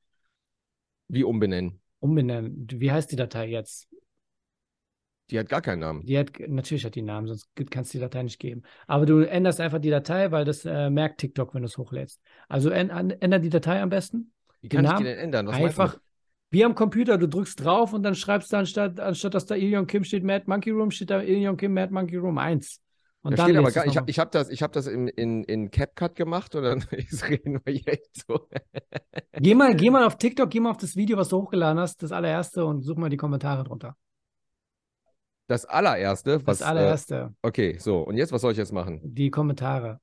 Wie umbenennen? Umbenennen. Wie heißt die Datei jetzt? Die hat gar keinen Namen. Die hat, natürlich hat die einen Namen, sonst gibt- kannst du die Datei nicht geben. Aber du änderst einfach die Datei, weil das äh, merkt TikTok, wenn du es hochlädst. Also än- an- änder die Datei am besten. Wie Den kann ich die Namen? denn ändern? Was meinst du einfach wie am Computer, du drückst drauf und dann schreibst du anstatt, anstatt dass da Ilion Kim steht, Mad Monkey Room, steht da Ilion Kim Mad Monkey Room 1. Und da dann steht aber lädst du gar, es ich, nochmal. hab- ich habe das, ich hab das in, in, in CapCut gemacht und dann jetzt reden wir hier echt so. geh, mal, geh mal auf TikTok, geh mal auf das Video, was du hochgeladen hast, das allererste, und such mal die Kommentare drunter. Das allererste, was. Das allererste, Äh, okay, so. Und jetzt, was soll ich jetzt machen? die Kommentare.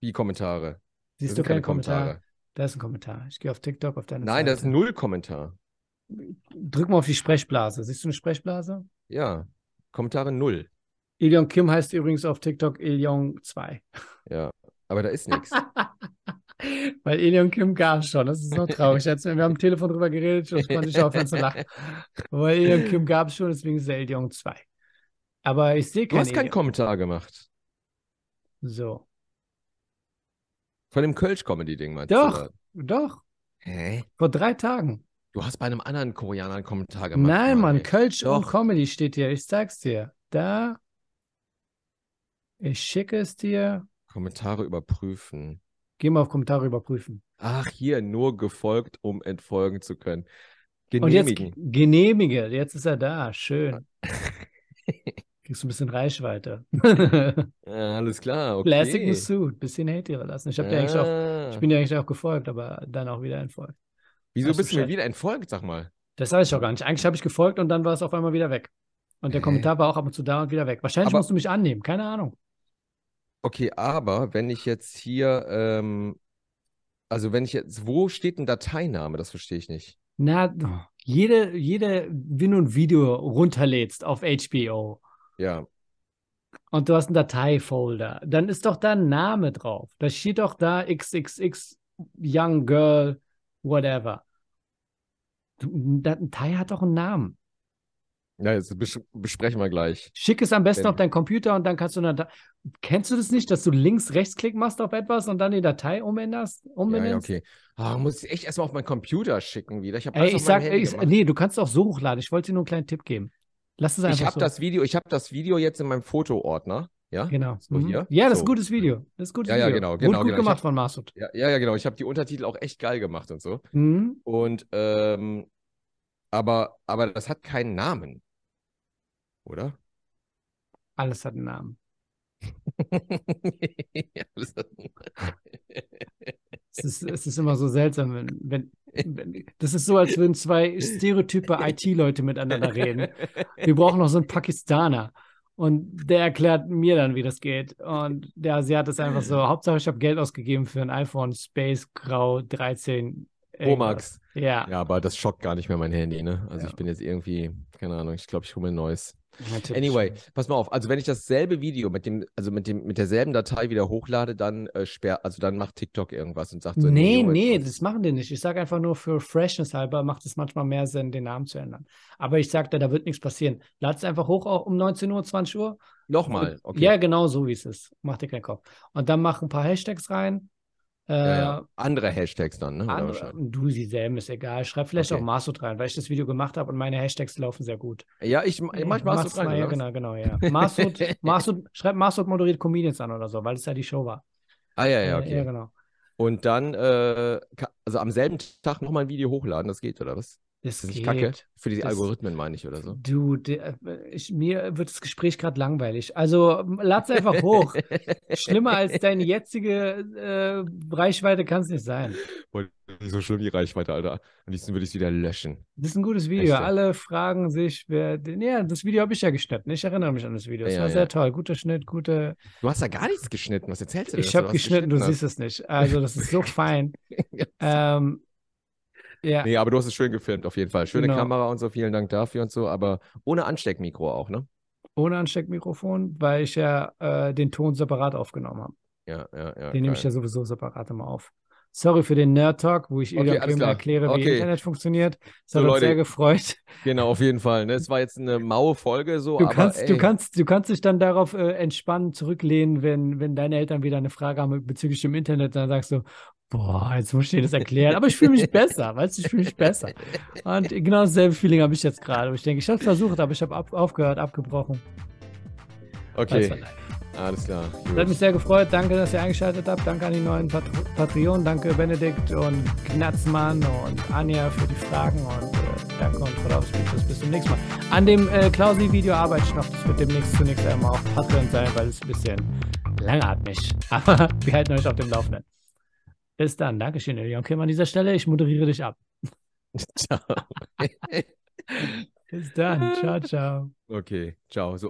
Wie Kommentare? Das Siehst du sind keinen Kommentar? Da ist ein Kommentar. Ich gehe auf TikTok auf deine Nein, das ist Seite. null Kommentar. Drück mal auf die Sprechblase. Siehst du eine Sprechblase? Ja. Kommentare null. Ilion Kim heißt übrigens auf TikTok Ilion 2. Ja. Aber da ist nichts. Weil Ilion Kim kam schon. Das ist noch traurig. Als wir wir haben am Telefon drüber geredet und ich konnte nicht aufhören zu lachen. Weil Ilion Kim gab es schon, deswegen ist er Ilion 2. Aber ich sehe Du keinen hast keinen Ilion. Kommentar gemacht. So. Von dem Kölsch-Comedy-Ding, meinst du? Doch, oder? doch. Hä? Vor drei Tagen. Du hast bei einem anderen Koreaner einen Kommentar gemacht. Nein, Mann. ey. Kölsch und Doch. Comedy steht hier. Ich sag's dir. Da. Ich schicke es dir. Kommentare überprüfen. Geh mal auf Kommentare überprüfen. Ach, hier, nur gefolgt, um entfolgen zu können. Und jetzt Genehmigen. Ah. genehmige. Jetzt ist er da. Schön. kriegst du ein bisschen Reichweite. Ja, alles klar, okay. Plastic Suit, bisschen Hate dir lassen. Ich, hab dir eigentlich auch, Ah. ich bin dir eigentlich auch gefolgt, aber dann auch wieder entfolgt. Wieso Hast du bist du mir Chat? wieder entfolgt, sag mal? Das weiß ich auch gar nicht. Eigentlich habe ich gefolgt und dann war es auf einmal wieder weg. Und der Hä? Kommentar war auch ab und zu da und wieder weg. Wahrscheinlich Aber- musst du mich annehmen, keine Ahnung. Okay, aber wenn ich jetzt hier, ähm, also wenn ich jetzt, wo steht ein Dateiname? Das verstehe ich nicht. Na, jede, jede, wenn du ein Video runterlädst auf HBO Ja, und du hast einen Dateifolder, dann ist doch da ein Name drauf. Da steht doch da XXX Young Girl, whatever. Du- Eine Datei hat doch einen Namen. ja, jetzt bes besprechen wir gleich. Schick es am besten Wenn- auf deinen Computer und dann kannst du eine Datei. Kennst du das nicht, dass du links-rechts-Klick machst auf etwas und dann die Datei umänderst? Ja, umbenennst? ja, okay. Ah, muss ich echt erstmal auf meinen Computer schicken wieder. Ich habe alles Ey, auf ich meinem sag, Handy ich, gemacht. nee, du kannst auch so hochladen. Ich wollte dir nur einen kleinen Tipp geben. Lass es einfach ich habe so. das Video, ich habe das Video jetzt in meinem Fotoordner. Ja, Genau. So Mhm. hier? Ja, das ist So. ein gutes Video. Das ist ein gutes Ja, ja, Video. genau, Gut, genau, gut genau. Ich gemacht hab- von Masud. ja, ja, ja, genau. Ich habe die Untertitel auch echt geil gemacht und so. Mhm. Und ähm, aber, aber das hat keinen Namen, oder? Alles hat einen Namen. Alles- Es ist, es ist immer so seltsam, wenn, wenn, wenn. Das ist so, als würden zwei stereotype IT-Leute miteinander reden. Wir brauchen noch so einen Pakistaner. Und der erklärt mir dann, wie das geht. Und der Asiat ist einfach so: Hauptsache, ich habe Geld ausgegeben für ein iPhone Space Grau 13. Pro irgendwas. Max. Ja, Ja, aber das schockt gar nicht mehr mein Handy, ne? Also Ja. ich bin jetzt irgendwie, keine Ahnung, ich glaube, ich hole mir ein neues. natürlich. Anyway, pass mal auf. Also wenn ich dasselbe Video mit dem, also mit dem, mit derselben Datei wieder hochlade, dann äh, sperrt, also dann macht TikTok irgendwas und sagt so, nee, Junge, nee, das- das machen die nicht. Ich sage einfach nur, für Freshness halber macht es manchmal mehr Sinn, den Namen zu ändern. Aber ich sagte, da wird nichts passieren. Lad es einfach hoch auch um 19 Uhr, 20 Uhr. nochmal. Und- Okay. Ja, genau so wie es ist. Mach dir keinen Kopf. Und dann mach ein paar Hashtags rein. Äh, ja, ja. Andere Hashtags dann, ne? Oder Andere, wahrscheinlich. du, dieselben, ist egal. Schreib vielleicht Okay. auch Masud rein, weil ich das Video gemacht habe und meine Hashtags laufen sehr gut. Ja, ich manchmal hast Mach's du rein, mal, ja, oder was? genau, genau, ja. Masud, Masud, schreib Masud moderiert Comedians an oder so, weil es ja die Show war. Ah ja, ja, Äh, okay. Ja, genau. Und dann, äh, ka- also am selben Tag nochmal ein Video hochladen, das geht, oder was? Das, Ist das nicht geht. kacke? Für die Das- Algorithmen meine ich, oder so? Du, der, äh, ich, mir wird das Gespräch gerade langweilig. Also lad's einfach hoch. Schlimmer als deine jetzige äh, Reichweite kann es nicht sein. Boah, das ist so schlimm, die Reichweite, Alter. Am liebsten würde ich es wieder löschen. Das ist ein gutes Video. Echt, ja. Alle fragen sich, wer. den- Ja, das Video habe ich ja geschnitten. Ich erinnere mich an das Video. Es Ja, war ja. sehr toll. Guter Schnitt, gute. Du hast da gar nichts geschnitten. Was erzählst du denn? dass Ich du habe was geschnitten, du hast? siehst es nicht. Also, das ist so fein. Ähm, ja, ne? Nee, aber du hast es schön gefilmt, auf jeden Fall. Schöne Genau. Kamera und so, vielen Dank dafür und so, aber ohne Ansteckmikro auch, ne? ohne Ansteckmikrofon, weil ich ja äh, den Ton separat aufgenommen habe. Ja, ja, ja. Den nehme ich ja geil. sowieso separat immer auf. Sorry für den Nerd Talk, wo ich Okay, Ihnen alles eben klar. erkläre, wie Okay. Internet funktioniert. Das So, hat uns Leute. sehr gefreut. Genau, auf jeden Fall. Ne? Es war jetzt eine maue Folge, so, Du aber kannst, du ey, kannst, du kannst dich dann darauf äh, entspannen, zurücklehnen, wenn, wenn deine Eltern wieder eine Frage haben bezüglich dem Internet, dann sagst du, boah, jetzt muss ich dir das erklären. Aber ich fühle mich besser, weißt du, ich fühle mich besser. Und genau dasselbe Feeling habe ich jetzt gerade. Aber Ich denke, ich habe es versucht, aber ich habe ab, aufgehört, abgebrochen. Weiß man okay, alles klar. Das hat Gut. mich sehr gefreut. Danke, dass ihr eingeschaltet habt. Danke an die neuen Pat Patreon. Danke Benedikt und Knatzmann und Anja für die Fragen. Und äh, danke und Frau Speeches. Bis zum nächsten Mal. An dem äh, Klausi-Video arbeite ich noch. Das wird demnächst zunächst einmal auf Patreon sein, weil es ein bisschen langatmig. Aber wir halten euch auf dem Laufenden. Bis dann. Dankeschön, Elian Kim an dieser Stelle. Ich moderiere dich ab. Ciao. Bis dann. Ciao, ciao. Okay, ciao. So.